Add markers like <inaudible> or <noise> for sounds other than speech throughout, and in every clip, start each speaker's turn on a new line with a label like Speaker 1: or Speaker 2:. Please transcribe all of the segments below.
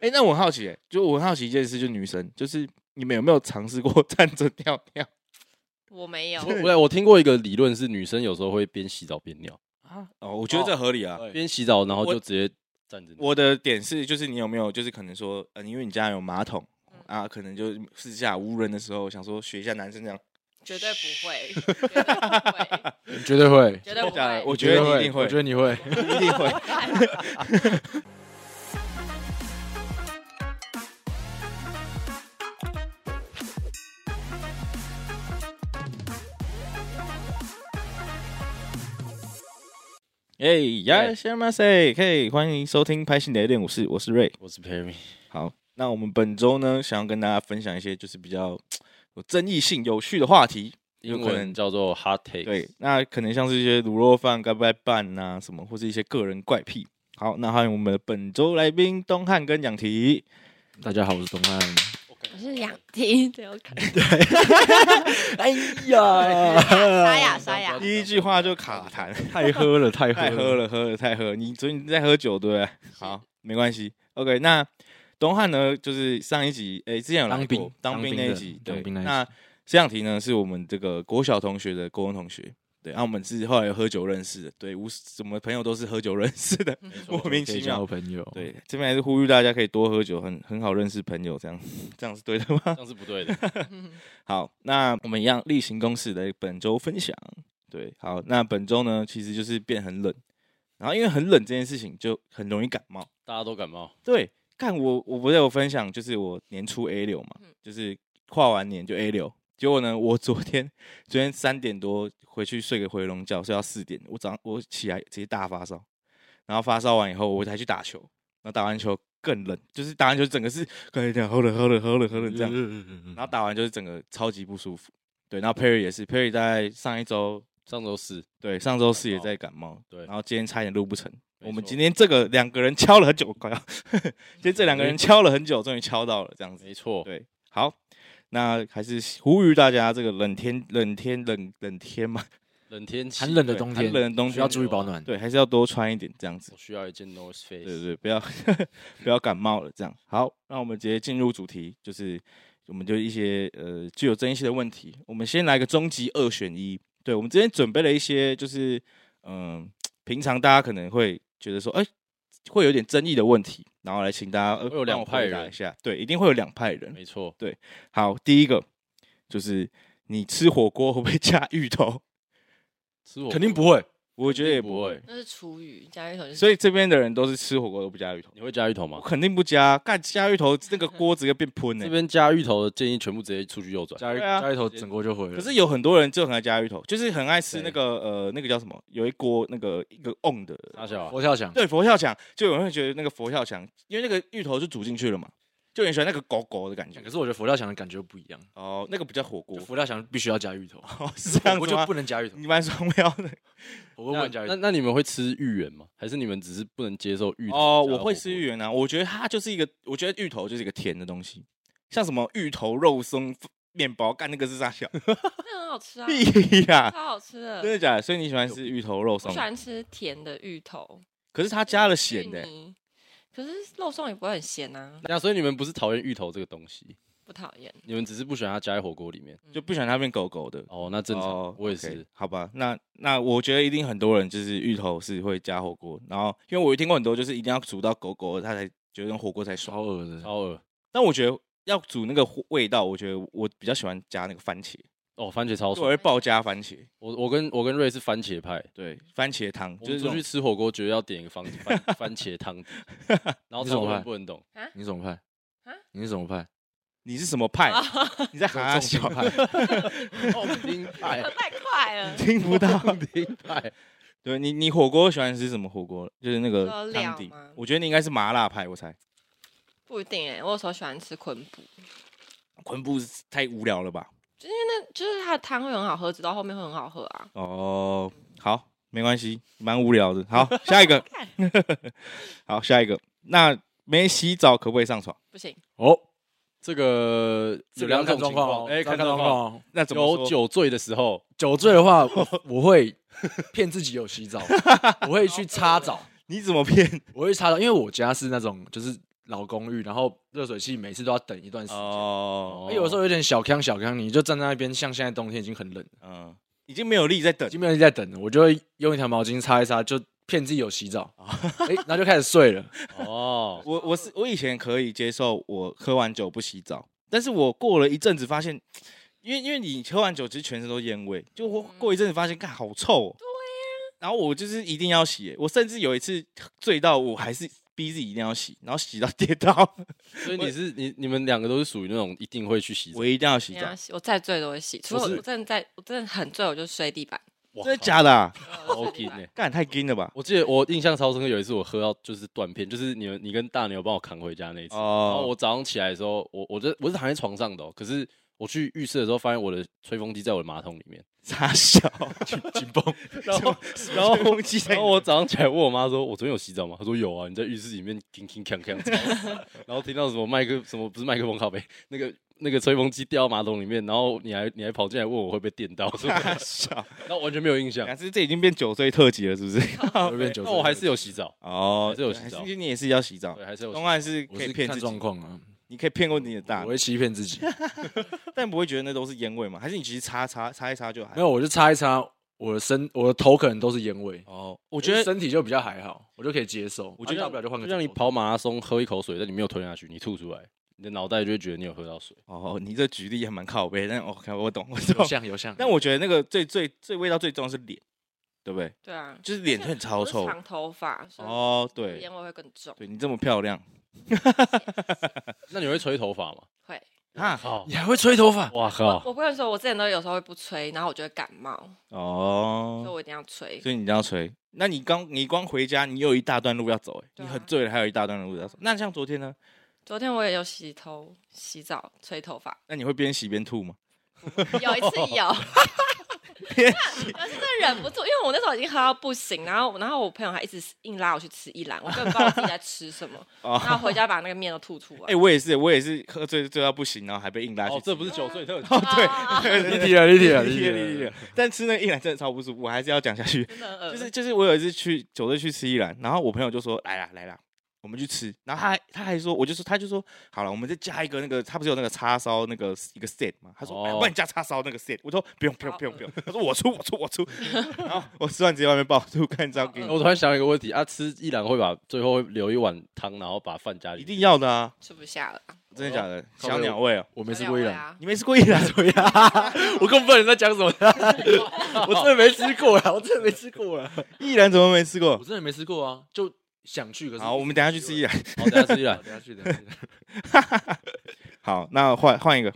Speaker 1: 哎、那我很好奇、欸，就我很好奇一件事，就是女生，就是你们有没有尝试过 <laughs> 站着尿尿
Speaker 2: 我没有，
Speaker 3: 我我我听过一个理论是，女生有时候会边洗澡边尿，
Speaker 1: 啊？哦，我觉得这合理啊。
Speaker 4: 对
Speaker 3: 边洗澡然后
Speaker 1: 我
Speaker 3: 就直接站着尿。
Speaker 1: 我的点是，就是你有没有，就是可能说，呃，因为你家有马桶
Speaker 2: 嗯
Speaker 1: 啊，可能就是私下无人的时候，想说学一下男生这样。
Speaker 2: 绝对不会，绝对不会，
Speaker 4: 嗯绝对会，
Speaker 2: 绝对不
Speaker 1: 假的
Speaker 2: 会。
Speaker 1: 啊我觉得你一定
Speaker 4: 我
Speaker 1: 会，
Speaker 4: 觉得你会。
Speaker 1: 一定会。哎呀，先马塞，可以欢迎收听《拍戏你的练武士》，我是瑞。
Speaker 3: 我是 Perry，
Speaker 1: 好，那我们本周呢，想要跟大家分享一些就是比较有争议性、有趣的话题。有
Speaker 3: <laughs> 英
Speaker 1: 可能
Speaker 3: 文叫做 hot take。
Speaker 1: 对，，那可能像是一些卤肉饭该不该办呐、啊什么，或是一些个人怪癖。好，那欢迎我们的本周来宾东汉跟蒋提。
Speaker 4: 大家好，我是东汉。
Speaker 2: 我是养听，对，我看
Speaker 4: 哎
Speaker 2: <laughs>
Speaker 4: 呀，
Speaker 2: 沙哑沙哑，
Speaker 1: 第一句话就卡痰，
Speaker 4: 太喝 <laughs> 了，太
Speaker 1: 太喝。了，喝了，太喝了。你昨天在喝酒对不对？好，没关系。OK，那东汉呢，就是上一集，诶、之前有来
Speaker 4: 当
Speaker 1: 过
Speaker 4: 兵
Speaker 1: 当
Speaker 4: 当
Speaker 1: 兵
Speaker 4: 兵
Speaker 1: 那一
Speaker 4: 的
Speaker 1: 集，
Speaker 4: 当
Speaker 1: 对
Speaker 4: 兵那一集
Speaker 1: 那这样题呢，是我们这个国小同学的国文同学。对，然、后我们是后来喝酒认识的，对，无什么朋友都是喝酒认识的，莫名
Speaker 4: 可
Speaker 1: 其
Speaker 4: 以
Speaker 1: 妙
Speaker 4: 交。朋友，
Speaker 1: 对，这边还是呼吁大家可以多喝酒，很很好认识朋友，这样 <laughs> 这样是对的吗 <laughs>
Speaker 3: 这？样是不对的。
Speaker 1: 好，那我们一样例行公事的本周分享。对，好，那本周呢，其实就是变很冷，然后因为很冷这件事情就很容易感冒。
Speaker 3: 大家都感冒，
Speaker 1: 对，看我我不是有分享，就是我年初 A 流嘛，就是跨完年就 A 流。结果呢，我昨天昨天三点多回去睡个回笼觉，睡到四点，我早上我起来直接大发烧，然后发烧完以后我才去打球，然后打完球更冷，就是打完球整个是快点喝了喝了喝了喝了这样，
Speaker 3: 嗯样
Speaker 1: 然后打完就是整个超级不舒服。对，然后 Perry 也是，Perry 在上一周
Speaker 3: 上周四，
Speaker 1: 对上周四也
Speaker 3: 感冒
Speaker 1: 在感冒，
Speaker 3: 对
Speaker 1: 然后今天差一点录不成。
Speaker 3: 没
Speaker 1: 我们
Speaker 3: 错
Speaker 1: 今天这个两个人敲了很久，快要， <laughs> 今天这两个人敲了很久，终于敲到了这样子。
Speaker 3: 没错，
Speaker 1: 对，好，那还是呼吁大家，这个冷天、冷天、冷冷天嘛，
Speaker 3: 冷天气，
Speaker 4: 寒冷的冬
Speaker 1: 寒
Speaker 4: 天，
Speaker 1: 冷的冬
Speaker 4: 需要
Speaker 1: 天，
Speaker 4: 注意保暖。
Speaker 1: 对，还是要多穿一点这样子。
Speaker 3: 我需要一件 North
Speaker 1: 对
Speaker 3: Face。
Speaker 1: 对对，不要 <laughs> 不要感冒了，这样。好，那我们直接进入主题，就是我们就一些呃具有争议性的问题。我们先来个终极二选一。对，我们之前准备了一些，就是嗯、平常大家可能会觉得说，哎、会有点争议的问题，然后来请大家、呃、
Speaker 3: 会有两
Speaker 1: 帮我回
Speaker 3: 派
Speaker 1: 答
Speaker 3: 人
Speaker 1: 一下。对，一定会有两派人。
Speaker 3: 没错，
Speaker 1: 好，第一个就是你吃火锅会不会加芋头？
Speaker 3: 吃我
Speaker 4: 肯定不会，
Speaker 1: 我觉得也不
Speaker 3: 不
Speaker 1: 会
Speaker 3: 会。。
Speaker 2: 那是厨余，加一头就是
Speaker 1: 所以这边的人都是吃火锅都不加芋头。
Speaker 3: 你会加芋头
Speaker 1: 我
Speaker 3: 吗？
Speaker 1: 哦肯定不加，干加芋头那个锅直接变喷欸呢、
Speaker 3: 这边加芋头的建议全部直接出去右转。
Speaker 4: 加一
Speaker 1: 对啊
Speaker 4: 加一头整锅就毁了。
Speaker 1: 可是有很多人就很爱加芋头，就是很爱吃那
Speaker 3: 谁
Speaker 1: 个呃那个叫什么，有一锅那个一个瓮的，
Speaker 3: 大小啊，
Speaker 4: 佛跳墙，
Speaker 1: 对佛跳墙，就有人会觉得那个佛跳墙，因为那个芋头就煮进去了嘛，就很喜欢那个狗狗的感觉
Speaker 4: 可。是我觉得佛跳墙的感觉不一样，
Speaker 1: 哦，那个比较火锅
Speaker 4: 就，佛跳墙必须要加芋 <laughs> 头，
Speaker 1: <laughs> 哦是这样
Speaker 4: 我
Speaker 1: 子
Speaker 4: 就
Speaker 1: 吗？
Speaker 4: 不能加芋头，
Speaker 1: 你蛮双标的。
Speaker 4: 火锅不能加
Speaker 3: 那
Speaker 4: 芋
Speaker 3: 那
Speaker 4: 头。
Speaker 3: 那你们会吃芋圆吗？还是你们只是不能接受芋头？
Speaker 1: 哦，我会吃芋。圆啊，我觉得它就是一个，我觉得芋头就是一个甜的东西，像什么芋头肉松面包，干那个是啥小？
Speaker 2: 那很好吃啊，
Speaker 1: 屁呀，
Speaker 2: 超好吃的
Speaker 1: 真。的假的？所以你喜欢吃芋头肉
Speaker 2: 我
Speaker 1: 松
Speaker 2: 喜？欢吃甜的芋头，
Speaker 1: 可是它加了咸的欸、
Speaker 2: 芋泥可是肉松也不会很咸啊，
Speaker 3: 那所以你们不是讨厌芋头这个东西，
Speaker 2: 不讨厌。
Speaker 3: 你们只是不喜欢它加在火锅里面。
Speaker 1: 就不喜欢它变狗狗的。
Speaker 3: 哦，那正
Speaker 1: 哦
Speaker 3: 常，我也
Speaker 1: OK，
Speaker 3: 是。
Speaker 1: 好吧，那那我觉得一定很多人就是芋头是会加火锅，然后因为我有听过很多就是一定要煮到狗狗的，它才觉得用火锅才爽。
Speaker 4: 超恶的，
Speaker 3: 超饿
Speaker 1: 但我觉得要煮那个火味道，我觉得我比较喜欢加那个番茄，
Speaker 3: 哦，番茄超
Speaker 1: 我
Speaker 3: 爽。
Speaker 1: 会爆加番茄，
Speaker 3: 我我跟我跟瑞是番茄派，
Speaker 1: 对，番茄汤
Speaker 3: 我
Speaker 1: 就
Speaker 3: 们
Speaker 1: 是
Speaker 3: 出
Speaker 1: 那
Speaker 3: 去
Speaker 1: 种
Speaker 3: 吃火锅，绝对要点一个番
Speaker 1: <laughs>
Speaker 3: 番番茄汤底，然后
Speaker 4: 你怎么
Speaker 3: 超多人
Speaker 4: 派
Speaker 3: 不能懂，
Speaker 4: 你是什么派
Speaker 2: 啊？
Speaker 4: 你是什么派？
Speaker 1: 你是什么派？你
Speaker 3: <laughs>
Speaker 1: 在哈
Speaker 4: 重
Speaker 1: 小
Speaker 4: 重 <laughs>
Speaker 1: 派
Speaker 4: 派
Speaker 3: 痛丁派，
Speaker 2: 太快
Speaker 1: <laughs>
Speaker 2: 了，
Speaker 1: 听不到。
Speaker 3: 痛丁派，
Speaker 1: 对你，你火锅喜欢吃什么火锅？就是那个
Speaker 2: 说料
Speaker 1: 汤底
Speaker 2: 吗，
Speaker 1: 我觉得你应该是麻辣派，我猜。
Speaker 2: 不一定哎、我有时候喜欢吃昆布，
Speaker 1: 昆布是太无聊了吧？
Speaker 2: 那就是它的汤会很好喝，直到后面会很好喝啊。
Speaker 1: 哦，好，没关系，蛮无聊的。好， <laughs> 下一个，好，下一个。那没洗澡可不可以上床？
Speaker 2: 不行，
Speaker 4: <laughs> 哦，
Speaker 3: 这个有两种情况，
Speaker 4: 哎，
Speaker 3: 哎，
Speaker 4: 看
Speaker 3: 看
Speaker 4: 状
Speaker 3: 状况。
Speaker 4: 况哦。
Speaker 1: 那怎么
Speaker 3: 有
Speaker 1: 说？
Speaker 3: 酒醉的时
Speaker 1: <laughs>
Speaker 3: 候，
Speaker 4: 酒醉的话，我 <laughs> 我会骗自己有洗澡，我会去擦澡，
Speaker 1: 你怎么骗？
Speaker 4: 我会擦澡，因为我家是那种就是老公寓，然后热水器每次都要等一段时间。哎
Speaker 1: 哦
Speaker 4: 有时候有点小康小康，你就站在那边，像现在冬天已经很冷了，
Speaker 1: 嗯，已经没有力在等
Speaker 4: 已，经没有人在等了，我就会用一条毛巾擦一擦，就骗自己有洗澡，
Speaker 1: 哦
Speaker 4: 哎、然后就开始
Speaker 1: <laughs>
Speaker 4: 睡了。
Speaker 3: 哦，
Speaker 1: 我我是我以前可以接受我喝完酒不洗澡，但是我过了一阵子发现，因为因为你喝完酒其实全身都烟味，就我过一阵子发现，干好臭、哦。对呀、然后我就是一定要洗、我甚至有一次醉到我还是逼自己一定要洗，然后洗到跌倒，
Speaker 3: 所以你是你你们两个都是属于那种一定会去洗澡
Speaker 1: 我，一定要洗
Speaker 2: 没
Speaker 1: 澡
Speaker 2: 关，系，我再醉都会洗，除了
Speaker 3: 我是
Speaker 2: 我真的在，我真的很醉，我就睡地板。
Speaker 1: 真的假的、啊？
Speaker 3: 好紧欸
Speaker 1: 干太硬了吧？
Speaker 3: 我记得我印象超深刻，有一次我喝到就是断片，就是你们你跟大牛帮我扛回家那一次。然后
Speaker 1: 哦，
Speaker 3: 我早上起来的时候，我我就我是躺在床上的、哦，可是我去浴室的时候，发现我的吹风机在我的马桶里
Speaker 4: <laughs>
Speaker 3: 面。
Speaker 1: 傻笑，
Speaker 4: 紧绷，
Speaker 3: 然后
Speaker 1: 然后空气在
Speaker 3: 然后我早上起来问我妈说：“我昨天有洗澡吗？”她说：“有啊，你在浴室里面叮叮锵锵。” <laughs> 然后听到什么麦克什么不是麦克风靠背，那个那个吹风机掉到马桶里面，然后你还你还跑进来问我会不会电到，是不
Speaker 4: <laughs>
Speaker 3: 是
Speaker 1: 傻笑，
Speaker 3: 然后完全没有印象。
Speaker 1: 但是这已经变酒醉特辑了，是不是？
Speaker 4: 会变酒
Speaker 3: 那
Speaker 4: 醉
Speaker 3: 我还是有洗澡，
Speaker 1: 哦，
Speaker 3: 还是有洗澡
Speaker 1: 还是你也是要洗澡
Speaker 3: 对，，啊还是有洗
Speaker 1: 当然是
Speaker 4: 我
Speaker 1: 可以
Speaker 4: 是
Speaker 1: 骗
Speaker 4: 看
Speaker 1: 自己啊
Speaker 4: 状，况啊，
Speaker 1: 你可以骗过你的大
Speaker 4: 我
Speaker 1: 脑，
Speaker 4: 会欺骗自己。
Speaker 1: 但不会觉得那都是烟味嘛？还是你其实擦擦擦一擦就还
Speaker 4: 没有，我就擦一擦，我的身我的头可能都是烟味，
Speaker 1: 哦，我
Speaker 4: 我
Speaker 1: 觉得
Speaker 4: 身体就比较还好，我就可以接受。
Speaker 3: 我
Speaker 4: 我
Speaker 3: 觉得
Speaker 4: 觉得大不了就换个
Speaker 3: 就让你
Speaker 4: 头
Speaker 3: 跑马拉松喝一口水，但你没有吞下去，你吐出来，你的脑袋就会觉得你有喝到水。
Speaker 1: 哦，你这举例还蛮靠背，但哦 OK，我懂我
Speaker 4: 有
Speaker 1: 懂。
Speaker 4: 像有像，
Speaker 1: 但我觉 <laughs> 得那个最最最味道最重的是脸，对不对？
Speaker 2: 对啊，
Speaker 1: 就是脸很超
Speaker 2: 我是
Speaker 1: 臭
Speaker 2: 长头发，所以
Speaker 1: 哦，对
Speaker 2: 烟味会更重。
Speaker 1: 对，你这么漂亮
Speaker 3: 那你会吹头发吗？
Speaker 2: 会，
Speaker 1: 啊，
Speaker 3: 好，
Speaker 4: 你还会吹头
Speaker 1: <laughs>
Speaker 3: <laughs>
Speaker 4: 发，
Speaker 3: 哇靠！
Speaker 2: 我不能说，我之前都有时候会不吹，然后我就会感冒，所以
Speaker 1: 哦，
Speaker 2: 我一定要吹。
Speaker 1: 所以你一定要吹。那你刚你光回家，你有一大段路要走，哎，
Speaker 2: 对
Speaker 1: 你
Speaker 2: 啊
Speaker 1: 很醉了，还有一大段路要走。那像昨天呢？
Speaker 2: 昨天我也有洗头、洗澡、吹头
Speaker 1: <laughs>
Speaker 2: 发，
Speaker 1: 那你会边洗边吐吗？
Speaker 2: 有一次有，
Speaker 1: <laughs>
Speaker 2: 但是真的忍不住，因为我那时候已经喝到不行，然后然后我朋友还一直硬拉我去吃一兰，我根本不知道我自己在吃什么，
Speaker 1: 哦
Speaker 2: 然后回家把那个面都吐出来。
Speaker 1: 哎，我也是，我也是喝醉醉到不行，然后还被硬拉去
Speaker 3: 哦，
Speaker 1: 吃
Speaker 3: 这不是酒醉特辑，
Speaker 2: 对，
Speaker 4: 立体了立体了
Speaker 1: <laughs> 理
Speaker 4: 立体
Speaker 1: 解
Speaker 4: 了
Speaker 1: 理解，但吃那个一兰真的超不舒服，我还是要讲下去。
Speaker 2: 真的很恶
Speaker 1: 就是
Speaker 2: 心
Speaker 1: 就是我有一次去酒醉去吃一兰，然后我朋友就说来啦来啦，我们去吃，然后他还他还说，我就说他就说好了，我们再加一个那个，他不是有那个叉烧那个一个 set 吗？他说
Speaker 3: 哦
Speaker 1: 哎我帮你加叉烧那个 set，我说不用不用不用不用，他说我出我出我出，然后我吃完直接外面爆吐，看照给你，
Speaker 3: <laughs> 我突然想到一个问题啊，吃一兰会把最后会留一碗汤，然后把饭加
Speaker 1: 一
Speaker 3: 里。
Speaker 1: 定要的啊，
Speaker 2: 吃不下了，
Speaker 1: 真的假的？
Speaker 4: 靠
Speaker 1: 小
Speaker 4: 背
Speaker 1: 鸟胃哦，
Speaker 4: 我没吃
Speaker 2: 吃
Speaker 4: 过一兰，
Speaker 2: 啊，
Speaker 1: 你没吃过一兰？
Speaker 4: 对呀，我根本不知道你在讲 <laughs> 什么，我真的没吃过啊啦，我真的没吃过啦，
Speaker 1: <laughs> 一兰怎么没吃
Speaker 4: 我
Speaker 1: 过？
Speaker 4: 真的没吃过啊，就想去可是
Speaker 1: 好，我们等一下去吃一兰。
Speaker 3: 好，大家吃一
Speaker 4: 好
Speaker 1: <laughs>
Speaker 3: 兰。
Speaker 4: 哦等一下去等一下去。 <laughs>
Speaker 1: 好，那换换一个，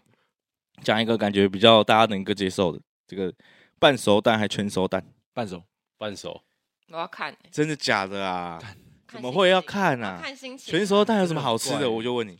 Speaker 1: 讲一个感觉比较大家能够接受的，这个半熟蛋还全熟蛋，
Speaker 4: 半熟，
Speaker 3: 半熟，
Speaker 2: 我要看欸，
Speaker 1: 真的假的啊？
Speaker 2: 看
Speaker 1: 怎么
Speaker 2: 心
Speaker 1: 会要
Speaker 2: 情
Speaker 1: 看
Speaker 2: 我要
Speaker 1: 啊？
Speaker 2: 看心情，
Speaker 1: 全熟蛋有什么好吃
Speaker 4: 真的
Speaker 1: 的？
Speaker 4: 很怪
Speaker 1: 我就问你，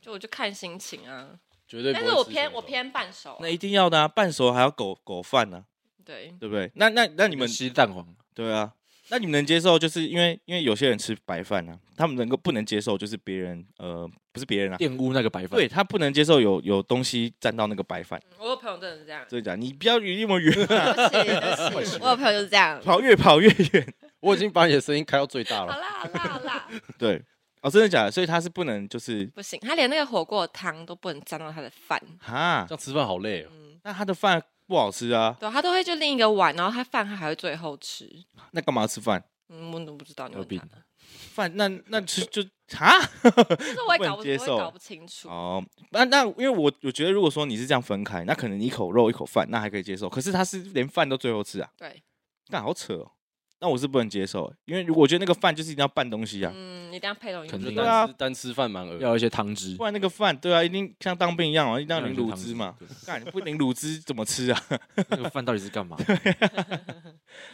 Speaker 2: 就我就看心情啊，
Speaker 3: 绝对不
Speaker 2: 但
Speaker 3: 会
Speaker 2: 是
Speaker 3: 吃
Speaker 2: 我
Speaker 3: 全
Speaker 2: 偏
Speaker 3: 熟
Speaker 2: 我偏半熟啊，
Speaker 1: 那一定要的啊，半熟还要狗狗饭呢、
Speaker 2: 对，
Speaker 1: 对不对？那那那你们
Speaker 4: 吸蛋黄，
Speaker 1: 对啊，那你们能接受？就是因为因为有些人吃白饭啊，他们能够不能接受就是别人呃不是别人啊，
Speaker 4: 玷污那个白饭，
Speaker 1: 对他不能接受有有东西沾到那个白饭，
Speaker 2: 我有朋友真的是这样，
Speaker 1: 真的假的？你不要离那么远 <laughs> 啊，
Speaker 2: 对不起对不起，我有朋友就是这样，
Speaker 1: 跑越跑越远。
Speaker 3: 我已经把你的声音开到最大
Speaker 2: 好
Speaker 3: 了。
Speaker 2: 啦好啦好啦， <laughs>
Speaker 1: 对，哦，真的假的？所以他是不能就是
Speaker 2: 不行，他连那个火锅的汤都不能沾到他的饭。
Speaker 1: 哈
Speaker 3: 这，样吃饭好累哦。
Speaker 2: 嗯，
Speaker 1: 那他的饭不好吃啊，
Speaker 2: 对，他都会就另一个碗，然后他饭他还会最后吃。
Speaker 1: 那干嘛吃饭？
Speaker 2: 嗯，我都不知道你
Speaker 4: 有
Speaker 2: 问
Speaker 4: 病
Speaker 2: 他，
Speaker 1: 饭那那吃就哈。
Speaker 2: 就是我也
Speaker 1: 不能
Speaker 2: 搞不，
Speaker 1: 接
Speaker 2: 我
Speaker 1: 受
Speaker 2: 也搞不清楚。
Speaker 1: 哦，那那因为我我觉得，如果说你是这样分开，那可能你一口肉一口饭，那还可以接受。可是他是连饭都最后吃啊，
Speaker 2: 对，
Speaker 1: 那好扯哦。那我是不能接受欸，因为如果我觉得那个饭就是一定要拌东西啊，
Speaker 2: 嗯，一定要配同一
Speaker 4: 肯
Speaker 2: 个
Speaker 3: 我觉得
Speaker 4: 定
Speaker 1: 对
Speaker 3: 单
Speaker 1: 啊
Speaker 3: 吃单吃饭蛮恶心。
Speaker 4: 要有一些汤汁
Speaker 1: 不，然那个饭对啊，一定像当兵一样啊，一定要
Speaker 4: 要
Speaker 1: 淋
Speaker 4: 有些
Speaker 1: 卤
Speaker 4: 汤
Speaker 1: 汁
Speaker 4: 汁
Speaker 1: 嘛。干不淋卤汁怎么吃啊？
Speaker 4: 那个饭到底
Speaker 1: <laughs>
Speaker 4: 是干嘛？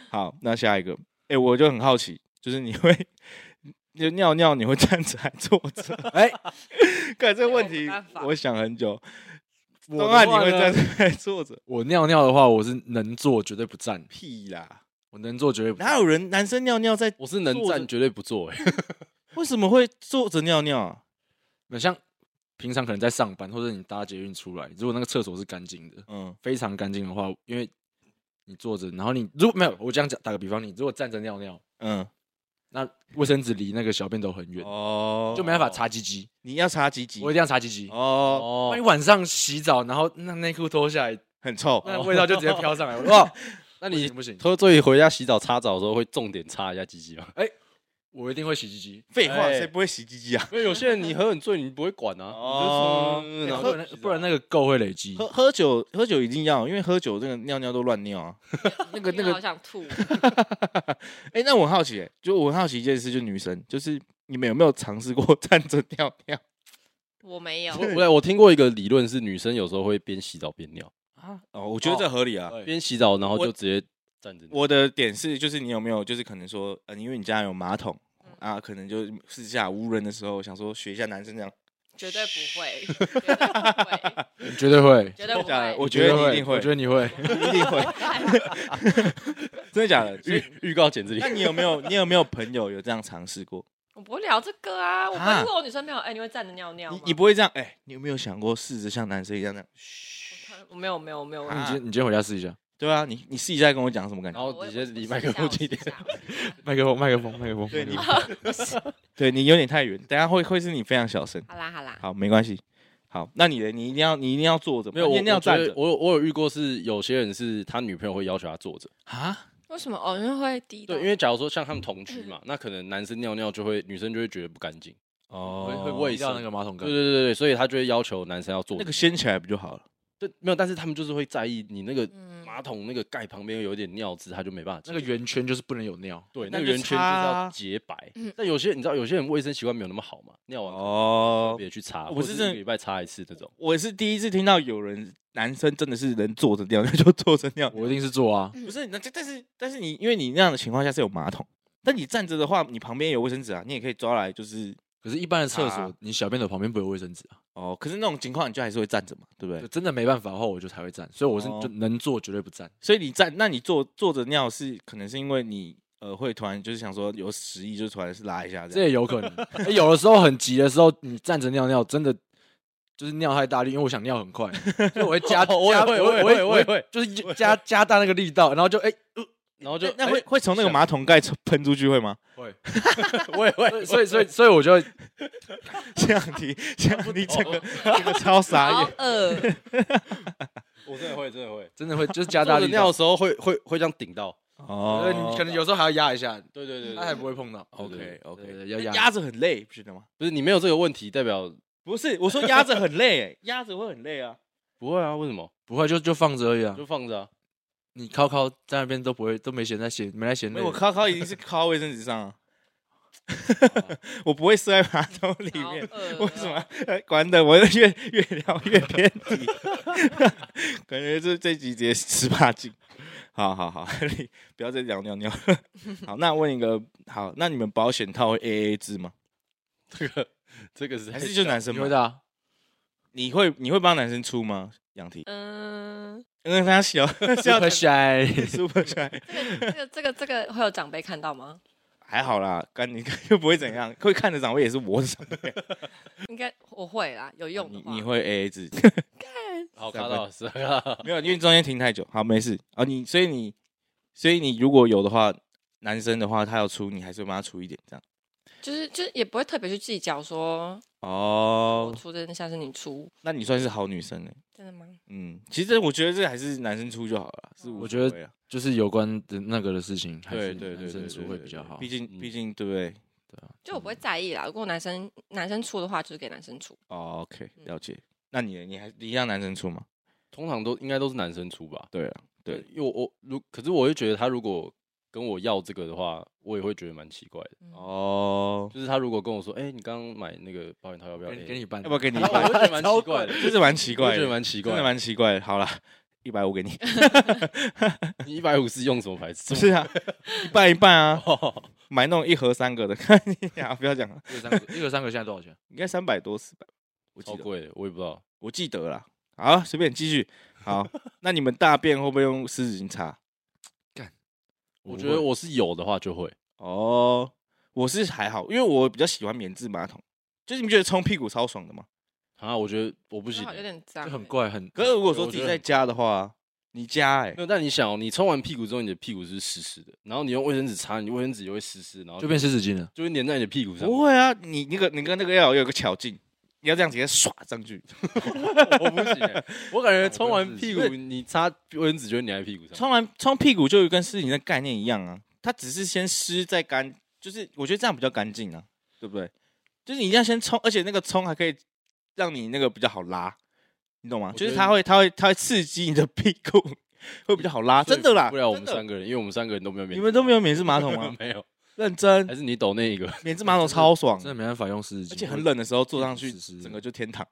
Speaker 1: 好，那下一个，哎、我就很好奇，就是你会就尿尿，你会站着还坐 <laughs> 着？
Speaker 4: 哎，
Speaker 1: 看这个
Speaker 2: 我
Speaker 1: 问
Speaker 2: 没
Speaker 1: 题
Speaker 2: 办，法
Speaker 1: 我想很久。
Speaker 4: 我
Speaker 1: 东
Speaker 4: 的
Speaker 1: 岸你
Speaker 4: 话
Speaker 1: 会
Speaker 4: 呢
Speaker 1: 站着还坐着？
Speaker 4: 我尿尿的话，我是能坐绝对不站，
Speaker 1: 屁啦！
Speaker 4: 我能坐绝对不
Speaker 1: 哪
Speaker 4: 站。
Speaker 1: 有人男生尿尿在
Speaker 3: 我是能
Speaker 1: 坐着
Speaker 3: 站绝对不坐哎。
Speaker 1: 为什么会坐着尿尿啊？
Speaker 4: 那像平常可能在上班，或者你搭捷运出来，如果那个厕所是干净的，
Speaker 1: 嗯，
Speaker 4: 非常干净的话，因为你坐着，然后你如果没有，我这样讲打个比方，你如果站着尿尿，
Speaker 1: 嗯，
Speaker 4: 那卫生纸离那个小便斗很远，
Speaker 1: 哦，
Speaker 4: 就没办法。擦鸡鸡。
Speaker 1: 你要擦几级？
Speaker 4: 我一定要擦鸡鸡。
Speaker 1: 哦，
Speaker 4: 万一
Speaker 3: 哦，
Speaker 4: 晚上洗澡，然后那内裤脱下来，
Speaker 1: 很臭。
Speaker 4: 那味道就直接飘上来。哇，
Speaker 3: 那
Speaker 4: 不
Speaker 3: 你
Speaker 4: 行不行，
Speaker 3: 偷最回家洗澡擦澡的时候会重点擦一下鸡鸡 <laughs> 吗？
Speaker 4: 我一定会洗鸡鸡。
Speaker 1: 废话，
Speaker 3: 哎
Speaker 1: 谁不会洗鸡鸡啊？
Speaker 3: 因为有些人你喝很醉，你不会管啊。
Speaker 1: 哦
Speaker 3: 你就说嗯
Speaker 4: 欸
Speaker 3: 然后
Speaker 4: 不然那不然那个垢会累积
Speaker 1: 喝。喝酒喝酒一定要，因为喝酒这个尿尿都乱尿啊。
Speaker 2: 那
Speaker 1: 个那个
Speaker 2: 好想吐，
Speaker 1: 哎、那我很好奇、欸，就我很好奇一件事，就女生，就是你们有没有尝试过 <laughs> 站着尿尿？
Speaker 2: 我没有，
Speaker 3: 我我我听过一个理论是，女生有时候会边洗澡边尿，
Speaker 1: 哦，我觉得这合理啊。
Speaker 4: 对
Speaker 3: 边洗澡然后
Speaker 1: 我
Speaker 3: 就直接站着尿。 <laughs>
Speaker 1: 我的点是，就是你有没有，就是可能说，呃，因为你家有马桶啊，可能就私下无人的时候，想说学一下男 <laughs> 生这样。
Speaker 2: 绝对不会，绝对不
Speaker 1: <laughs>
Speaker 2: 会，
Speaker 4: 你绝对会，
Speaker 2: 绝对
Speaker 1: 真
Speaker 2: 不
Speaker 1: 的假的？
Speaker 2: 会。
Speaker 1: 我觉得你一
Speaker 4: 会
Speaker 1: 定会，
Speaker 4: 我觉得你会。
Speaker 1: 一定会，真的假的？所以
Speaker 3: 预预告简直里
Speaker 1: 那你有没有，你有没有朋友有这样尝试过？
Speaker 2: 我不会聊这个啊！我不
Speaker 1: 啊
Speaker 2: 会问我女生朋友，哎、你会站着尿尿吗
Speaker 1: 你？你不会这样？哎、你有没有想过试着像男生一样这样？
Speaker 2: 我没有没有没有，
Speaker 1: 啊
Speaker 4: 你今你今天回家试一下，
Speaker 1: 对啊，你你试一下跟我讲什么感觉？
Speaker 3: 然后
Speaker 2: 我
Speaker 3: 你
Speaker 2: 我
Speaker 3: 先离
Speaker 2: 我
Speaker 3: 麦
Speaker 2: 试一
Speaker 3: 克
Speaker 2: 下
Speaker 3: 风
Speaker 2: 我试
Speaker 3: 近一
Speaker 2: 一
Speaker 3: 点。
Speaker 2: 下
Speaker 4: 麦克风麦克风麦克
Speaker 1: <laughs>
Speaker 4: 风。
Speaker 1: 对你
Speaker 4: 麦克风，
Speaker 1: 对你有点太远，等一下会会是你非常小声。
Speaker 2: 好啦好啦，
Speaker 1: 好，没关系。好，那你的你一定要你一定要坐着，
Speaker 3: 没有，
Speaker 1: 你
Speaker 3: 我
Speaker 1: 一定要
Speaker 3: 我觉
Speaker 1: 站
Speaker 3: 得
Speaker 1: 着。
Speaker 3: 我有我有遇过是有些人是他女朋友会要求他坐着，
Speaker 4: 啊，
Speaker 2: 为什么哦？因为会低
Speaker 3: 对，因为假如说像
Speaker 1: 嗯
Speaker 3: 他们同居嘛，那可能男生尿尿就会女生就会觉得不干净，
Speaker 1: 哦
Speaker 3: 会会喂
Speaker 4: 掉那个马桶盖
Speaker 3: 对对。对对，所以他就会要求男生要坐
Speaker 1: 那
Speaker 3: 着
Speaker 1: 个。掀起来不就好了？
Speaker 3: 对，没有，但是他们就是会在意你那个
Speaker 2: 嗯，
Speaker 3: 马桶那个盖旁边有一点尿渍，他就没办法
Speaker 4: 那
Speaker 3: 进。
Speaker 4: 个圆圈就是不能有尿，
Speaker 3: 对，
Speaker 1: 那
Speaker 3: 那个
Speaker 1: 就
Speaker 3: 圆圈就是
Speaker 1: 擦
Speaker 3: 要
Speaker 1: 啊
Speaker 3: 洁白
Speaker 2: 嗯。
Speaker 3: 但有些你知道，有些人卫生习惯没有那么好嘛，尿完可能特
Speaker 1: 哦，
Speaker 3: 别去擦，
Speaker 1: 我
Speaker 3: 或
Speaker 1: 是
Speaker 3: 者
Speaker 1: 真
Speaker 3: 一
Speaker 1: 的
Speaker 3: 个礼拜擦一次这种。
Speaker 1: 我是第一次听到有人男生真的是能坐着尿尿 <laughs> 就坐着尿，
Speaker 4: 我一定是做啊。
Speaker 1: 不是，那这但是但是你因为你那样的情况下是有马桶，但你站着的话，你旁边有卫生纸啊，你也可以抓来就是
Speaker 4: 可是，一般的厕所
Speaker 1: 啊，
Speaker 4: 你小便斗旁边不会有卫生纸啊，
Speaker 1: 哦，可是那种情况你就还是会站着嘛，对不
Speaker 4: 就
Speaker 1: 对？
Speaker 4: 真的没办法的话，我就才会站。所以我是
Speaker 1: 哦
Speaker 4: 就能坐绝对不站。
Speaker 1: 所以你站，那你坐坐着尿是可能是因为你呃会突然就是想说有食意就突然是拉一下这
Speaker 4: 这
Speaker 1: 样，
Speaker 4: 也有可能。欸有的时候很急的时候，你站着尿尿，真的就是尿太大力，因为我想尿很快，所以我会加，
Speaker 3: 哦我也
Speaker 4: 加
Speaker 3: 会
Speaker 4: 我
Speaker 3: 我也
Speaker 4: 我
Speaker 3: 会我也会
Speaker 4: 就是加加大那个力道，然后就哎，
Speaker 3: 然后就
Speaker 1: 那那会
Speaker 3: 哎
Speaker 1: 会从那个马桶盖冲喷出去会吗？
Speaker 4: 会，
Speaker 3: 我也
Speaker 1: <laughs>
Speaker 3: 会，
Speaker 4: 所以所以所以我就会
Speaker 1: 这样你这样你整个整个超傻
Speaker 2: 好 <laughs>
Speaker 1: 眼，
Speaker 2: 恶，
Speaker 3: 我真的会真的会。
Speaker 4: 真的会就是加
Speaker 3: 坐
Speaker 4: 大
Speaker 3: 着
Speaker 4: 力
Speaker 3: 尿
Speaker 4: 道
Speaker 3: 的，时候会会会这样顶到，
Speaker 1: 哦
Speaker 4: 所以呃你可能有时候还要压一下，
Speaker 3: 对对对
Speaker 4: 它还不会碰到。
Speaker 1: OK
Speaker 4: 对对
Speaker 1: OK，
Speaker 4: 对要压
Speaker 1: 压着很累，不觉得吗？
Speaker 3: 不是你没有这个问题，代表
Speaker 1: 不是，我说压着很累、 <laughs> 欸，压着会很累啊。
Speaker 3: 不会啊？为什么？
Speaker 4: 不会就就放着而已啊，
Speaker 3: 就放着啊。
Speaker 4: 你靠靠在那边都不会都没嫌在嫌没在嫌
Speaker 1: 没
Speaker 4: 累
Speaker 1: 有，我靠靠一定是靠卫生纸上啊，我不会塞在马桶里
Speaker 2: 好 <laughs>
Speaker 1: 面。<laughs>
Speaker 2: 恶，
Speaker 1: 为什么？呃管的我越越聊越偏题， <laughs> 感觉这这集直接十八禁。好好 <laughs> 好，你不要再聊尿尿了。好，那问一个，好，那你们保险套会 A A 制吗？
Speaker 3: 这个 <laughs> 这个是
Speaker 1: 还
Speaker 3: <laughs>
Speaker 1: 是就男生
Speaker 4: 你会
Speaker 1: 买？
Speaker 4: 的啊，
Speaker 1: 你会你会帮男生出吗？杨婷，
Speaker 2: 嗯，
Speaker 1: 嗯，他
Speaker 4: <laughs>
Speaker 1: 小笑
Speaker 4: 特 shy，
Speaker 1: super 帅，
Speaker 2: 这个这个这个会有长辈看到吗？
Speaker 1: 还好啦，干你又不会怎样，会看的长辈也是我的长辈。
Speaker 2: 应该我会啦，有用的
Speaker 1: 你
Speaker 2: 话。
Speaker 1: 你会 A A 制？
Speaker 3: 好看到是啊，
Speaker 1: 没有，因为中间停太久。好，没事啊。你所以你所以你如果有的话，男生的话他要出，你还是会帮他出一点这样。
Speaker 2: 就是就是也不会特别去计较说我
Speaker 1: 哦，
Speaker 2: 出真的像是你出，
Speaker 1: 那你算是好女生呢。欸
Speaker 2: 真的吗？
Speaker 1: 嗯，其实我觉得这还是男生出就好了，
Speaker 2: 嗯
Speaker 1: 是无
Speaker 4: 我
Speaker 1: 所谓
Speaker 4: 觉
Speaker 1: 啦
Speaker 4: 就是有关的那个的事情，还
Speaker 1: 对
Speaker 4: 是
Speaker 1: 啊对对
Speaker 4: 男
Speaker 1: 对
Speaker 4: 生
Speaker 1: 对
Speaker 4: 出会比较好
Speaker 1: 毕。
Speaker 3: 嗯
Speaker 1: 竟毕竟对不对
Speaker 2: 就我不会在意啦。如果男生男生出的话，就是给男生出。
Speaker 1: 哦？OK，了
Speaker 2: 嗯
Speaker 1: 解。那你呢你还你让男生出吗？
Speaker 3: 通常都应该都是男生出吧？
Speaker 1: 对啊，对，
Speaker 3: 因为我我如可是我会觉得他如果跟我要这个的话，我也会觉得蛮奇怪的。
Speaker 2: 嗯
Speaker 1: 哦，
Speaker 3: 就是他如果跟我说，哎，你刚刚买那个保险套要不要
Speaker 4: 给
Speaker 3: A？
Speaker 4: 你给你办
Speaker 1: 要不，要给你一
Speaker 3: 我会
Speaker 1: <laughs> 百？
Speaker 3: 觉得蛮奇怪的，
Speaker 1: 这是蛮奇
Speaker 3: 我会
Speaker 1: 怪
Speaker 3: 觉得
Speaker 1: 的，
Speaker 3: 蛮奇
Speaker 1: 真的
Speaker 3: 怪的。
Speaker 1: 蛮奇怪的。好啦，一百五给你。
Speaker 3: 你一百五是用什么牌子？
Speaker 1: 是啊，一半一半啊，
Speaker 3: 哦
Speaker 1: 买那种一盒三个的， <laughs> 看你俩不要讲了，
Speaker 4: 一个 <laughs> 三个，一个三个现在多少钱？
Speaker 1: 应该三百多四百，我记
Speaker 3: 超
Speaker 1: 得，
Speaker 3: 贵的， <laughs> 我也不知道。
Speaker 1: 我记得啦。好，随便继续。好，那你们大便会不会用湿纸巾擦？
Speaker 3: 我觉得我是有的话就会，
Speaker 1: 哦，我是还好，因为我比较喜欢免治马桶，就是你们觉得冲屁股超爽的吗？
Speaker 3: 啊，我觉得我不
Speaker 2: 不
Speaker 3: 行欸，
Speaker 2: 有点脏
Speaker 4: 这
Speaker 2: 欸，
Speaker 4: 很怪，很
Speaker 1: 可是如果说自己在家的话，你家哎、
Speaker 3: 没有，但你想、哦，你冲完屁股之后，你的屁股是湿湿的，然后你用卫生纸擦，你卫生纸也会湿湿，然后
Speaker 4: 就变湿纸巾了。
Speaker 3: 就会粘在你的屁股上。
Speaker 1: 不会啊，你那个你跟那个要有个巧劲，你要这样直接唰上去，
Speaker 3: <laughs> 我不行欸、我感
Speaker 1: <laughs>
Speaker 3: 觉冲完屁股
Speaker 1: 啊不
Speaker 3: 你擦卫生纸就会粘在屁股上。
Speaker 1: 冲完冲屁股就跟湿你的概念一样啊，它只是先湿再干，就是我觉得这样比较干净啊，对不对？就是你一定要先冲，而且那个冲还可以让你那个比较好拉，你懂吗？
Speaker 3: 觉
Speaker 1: 就
Speaker 3: 得
Speaker 1: 是它会它会它会刺激你的屁股， <laughs> 会比较好拉，啊真的啦，
Speaker 3: 不了我们
Speaker 1: 真的
Speaker 3: 三个人，因为我们三个人都没有免，？
Speaker 1: 你们都没有免治马桶吗
Speaker 3: 啊 <laughs> 没有，
Speaker 1: 认真
Speaker 3: 还，是你抖那
Speaker 1: <laughs>
Speaker 3: 一个？
Speaker 1: 免治马桶超爽
Speaker 4: 真，的没办法用湿纸巾，
Speaker 1: 而且很冷的时候坐上去，
Speaker 4: 是是
Speaker 1: 整个就天堂。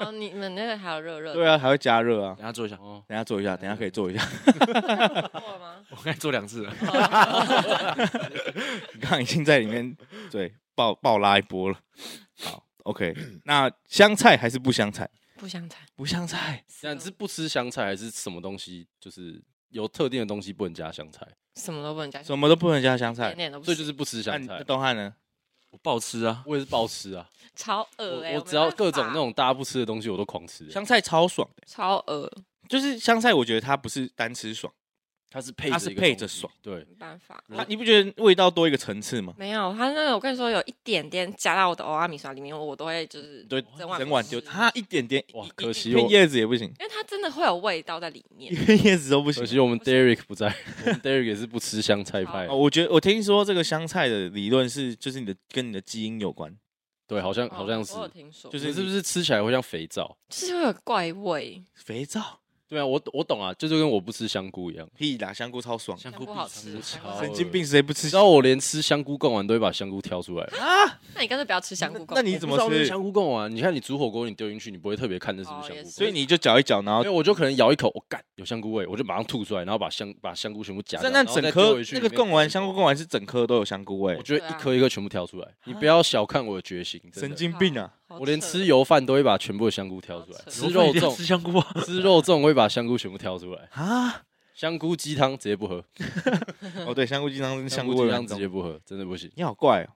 Speaker 2: 哦，你们那个还有热热的
Speaker 1: 对啊，还会加热啊。
Speaker 4: 等下做一下，
Speaker 3: 哦，
Speaker 1: 等一下做一下，等一下可以做一下。
Speaker 2: 过了吗？
Speaker 4: <laughs> 我刚才做两次了。
Speaker 1: 你刚刚已经在里面对爆爆拉一波了。好，OK，那香菜还是不香菜？
Speaker 2: 不香菜，
Speaker 1: 不香菜，
Speaker 3: 但是不吃香菜还是什么东西？就是有特定的东西不能加香菜，
Speaker 2: 什么都不能加，
Speaker 1: 什么都不能加香
Speaker 2: 一点
Speaker 1: 菜。
Speaker 2: 点都不
Speaker 3: 所
Speaker 2: 行，
Speaker 3: 以就是不吃
Speaker 1: 那
Speaker 3: 香
Speaker 1: 你那
Speaker 3: 菜。
Speaker 1: 东汉呢？
Speaker 4: <laughs> 我爆吃啊！
Speaker 3: 我也是暴吃啊，
Speaker 2: 超
Speaker 3: 我
Speaker 2: 恶哎、
Speaker 3: 我
Speaker 2: 没
Speaker 3: 只要
Speaker 2: 办
Speaker 3: 各种
Speaker 2: 法
Speaker 3: 那种大家不吃的东西我都狂吃欸，
Speaker 1: 香菜超爽的，
Speaker 2: 超恶，
Speaker 1: 就是香菜，我觉得它不是单吃爽，
Speaker 3: 它是配
Speaker 1: 它
Speaker 3: 着
Speaker 1: 是
Speaker 3: 一个
Speaker 1: 配
Speaker 3: 东
Speaker 1: 着
Speaker 3: 西
Speaker 1: 爽，
Speaker 3: 对，
Speaker 2: 没办法。
Speaker 1: 它你不觉得味道多一个层次吗？
Speaker 2: 没有，他那个我跟你说，有一点点加到我的欧阿米刷里面，我都会就是
Speaker 1: 对，
Speaker 2: 整碗
Speaker 1: 整碗
Speaker 2: 不
Speaker 1: 就
Speaker 2: 吃
Speaker 1: 它一点点，
Speaker 3: 哇
Speaker 1: 一
Speaker 3: 可惜
Speaker 1: 一片
Speaker 3: 我
Speaker 1: 叶子也不行，
Speaker 2: 因为它真的会有味道在里面
Speaker 1: 一。片叶子都不行
Speaker 2: 啊
Speaker 3: 可。惜我们 Derek 不在，我们 Derek 也是不吃香菜派
Speaker 1: 哦，
Speaker 3: 的。
Speaker 1: 我觉得我听说这个香菜的理论是，就是你的跟你的基因有关，
Speaker 3: 对，好像
Speaker 2: 哦
Speaker 3: 好像是
Speaker 2: 我，有听说，
Speaker 1: 就
Speaker 3: 就是是是不是吃起来会像肥皂？
Speaker 2: 就是会有怪味，
Speaker 1: 肥皂
Speaker 3: 对啊，我我懂啊，就是跟我不吃香菇一样。
Speaker 1: 屁啦，香菇超爽，
Speaker 4: 香
Speaker 2: 不好吃。
Speaker 3: 超
Speaker 1: 神经病谁不吃啊
Speaker 3: 你知？道我连吃香菇贡丸都会把香菇挑出来。
Speaker 2: 那你干脆不要吃香菇
Speaker 1: 那你
Speaker 2: 怎
Speaker 1: 怎
Speaker 3: 我
Speaker 1: 么
Speaker 3: 不知道那是
Speaker 1: 吃？
Speaker 3: 香菇贡丸？你看你煮火锅，你丢进去，你不会特别看那是不是
Speaker 2: 哦
Speaker 3: 香
Speaker 2: 也
Speaker 3: 菇
Speaker 2: 是
Speaker 1: 所
Speaker 3: 贡
Speaker 1: 以你就搅一搅，然后
Speaker 3: 丸。因为我就可能咬一口，我、干有香菇味，我就马上吐出来，然后把香把香菇全部夹掉。
Speaker 1: 那那
Speaker 3: 然后再
Speaker 1: 整
Speaker 3: 丢
Speaker 1: 颗
Speaker 3: 回去
Speaker 1: 那个
Speaker 3: 里面
Speaker 1: 贡丸香菇贡丸是整颗都有香菇味
Speaker 3: 我，觉得
Speaker 2: 对
Speaker 3: 一
Speaker 2: 啊
Speaker 3: 颗一颗全部挑出来。你不要小看我的决心，真的
Speaker 1: 神经病
Speaker 3: <laughs>
Speaker 1: 啊！
Speaker 2: 么
Speaker 3: 我连吃
Speaker 2: 哦
Speaker 3: 油饭都会把全部的香菇挑出来，
Speaker 2: 好扯
Speaker 3: 吃肉粽
Speaker 4: 吃香菇啊！
Speaker 3: <laughs> 吃肉粽会把香菇全部挑出来，
Speaker 1: 啊！
Speaker 3: 香菇鸡汤直接不喝，
Speaker 1: 哦，对，香菇鸡汤跟香
Speaker 3: 香
Speaker 1: 菇
Speaker 3: 菇
Speaker 1: 味
Speaker 3: 鸡
Speaker 1: 蛮
Speaker 3: 汤直接
Speaker 1: 重。
Speaker 3: 不喝，真的不行。
Speaker 1: 你好怪哦。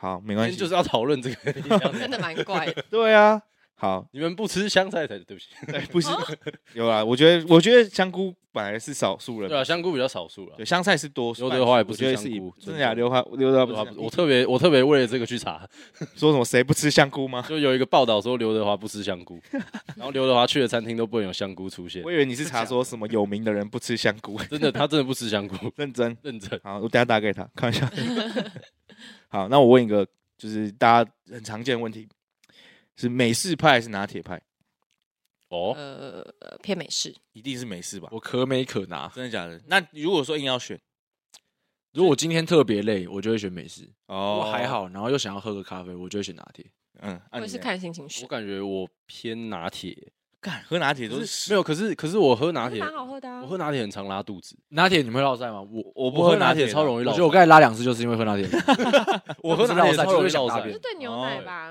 Speaker 1: 好，没
Speaker 3: 今
Speaker 1: 关
Speaker 3: 天
Speaker 1: 系。
Speaker 3: 就是要讨论这个，
Speaker 2: 真的蛮怪
Speaker 3: <laughs>
Speaker 2: 的。
Speaker 1: 对啊，好，
Speaker 3: 你们不吃香菜才对不起。
Speaker 1: 对，不
Speaker 3: <laughs>
Speaker 1: 是有啊。我觉得，我觉得香菇本来是少数人
Speaker 3: 对，啊，香菇比较少数了
Speaker 1: 对，。香菜是多数。
Speaker 3: 刘德华也不
Speaker 1: 我
Speaker 3: 吃
Speaker 1: 觉得
Speaker 3: 香
Speaker 1: 是一
Speaker 3: 菇
Speaker 1: 真
Speaker 3: 尊
Speaker 1: 的
Speaker 3: 重
Speaker 1: 呀，刘德华刘德华不
Speaker 3: 对
Speaker 1: 吃
Speaker 3: 啊
Speaker 1: 香菇。
Speaker 3: 我特别我特别为了这个去查，
Speaker 1: 说什么谁不吃香菇
Speaker 3: <laughs>
Speaker 1: 吗？
Speaker 3: 就有一个报道说刘德华不吃香菇，然后刘德华去的餐厅都不能有香菇出现
Speaker 1: 我，以为你是查说什么有名的人不吃香菇， <laughs>
Speaker 3: 真的，他真的不吃香菇， <laughs>
Speaker 1: 认真。
Speaker 3: 认真。
Speaker 1: 好，我等下打给他，开玩笑。 <laughs> 好，那我问一个，就是大家很常见的问题，是美式派还是拿铁派？
Speaker 3: 哦，
Speaker 2: 呃，呃偏美式，
Speaker 1: 一定是美式吧？
Speaker 4: <laughs> 我可美可拿。
Speaker 1: 真的假的？那如果说硬要选，
Speaker 4: <laughs> 如果我今天特别累，我就会选美式。如
Speaker 1: 哦
Speaker 4: 果还，好，然后又想要喝个咖啡，我就会选拿铁。
Speaker 1: 嗯，
Speaker 2: 我
Speaker 1: 啊、
Speaker 2: 也
Speaker 1: 你
Speaker 2: 是
Speaker 1: 呢
Speaker 2: 看心情
Speaker 3: 我
Speaker 2: 选，
Speaker 3: 感觉我偏拿铁，
Speaker 1: 干喝拿铁都
Speaker 3: 可
Speaker 1: 是
Speaker 3: 是
Speaker 1: 屎
Speaker 3: 没有，可是可是我喝拿铁
Speaker 2: 蛮，好喝的啊。
Speaker 3: 我喝拿铁很常拉肚子，
Speaker 4: 拿铁你们会落塞吗？我
Speaker 1: 我
Speaker 3: 我喝拿
Speaker 1: 铁
Speaker 3: 铁
Speaker 1: 的
Speaker 3: 超容易
Speaker 4: 我
Speaker 3: 落
Speaker 4: 觉
Speaker 3: 腮，
Speaker 4: 得我刚才拉两次就是因为喝拿 <laughs> 铁。
Speaker 3: 我喝拿铁超容易落
Speaker 4: 我不是绕
Speaker 3: 腮
Speaker 4: 塞
Speaker 2: 就，对牛
Speaker 1: 哦
Speaker 2: 奶吧，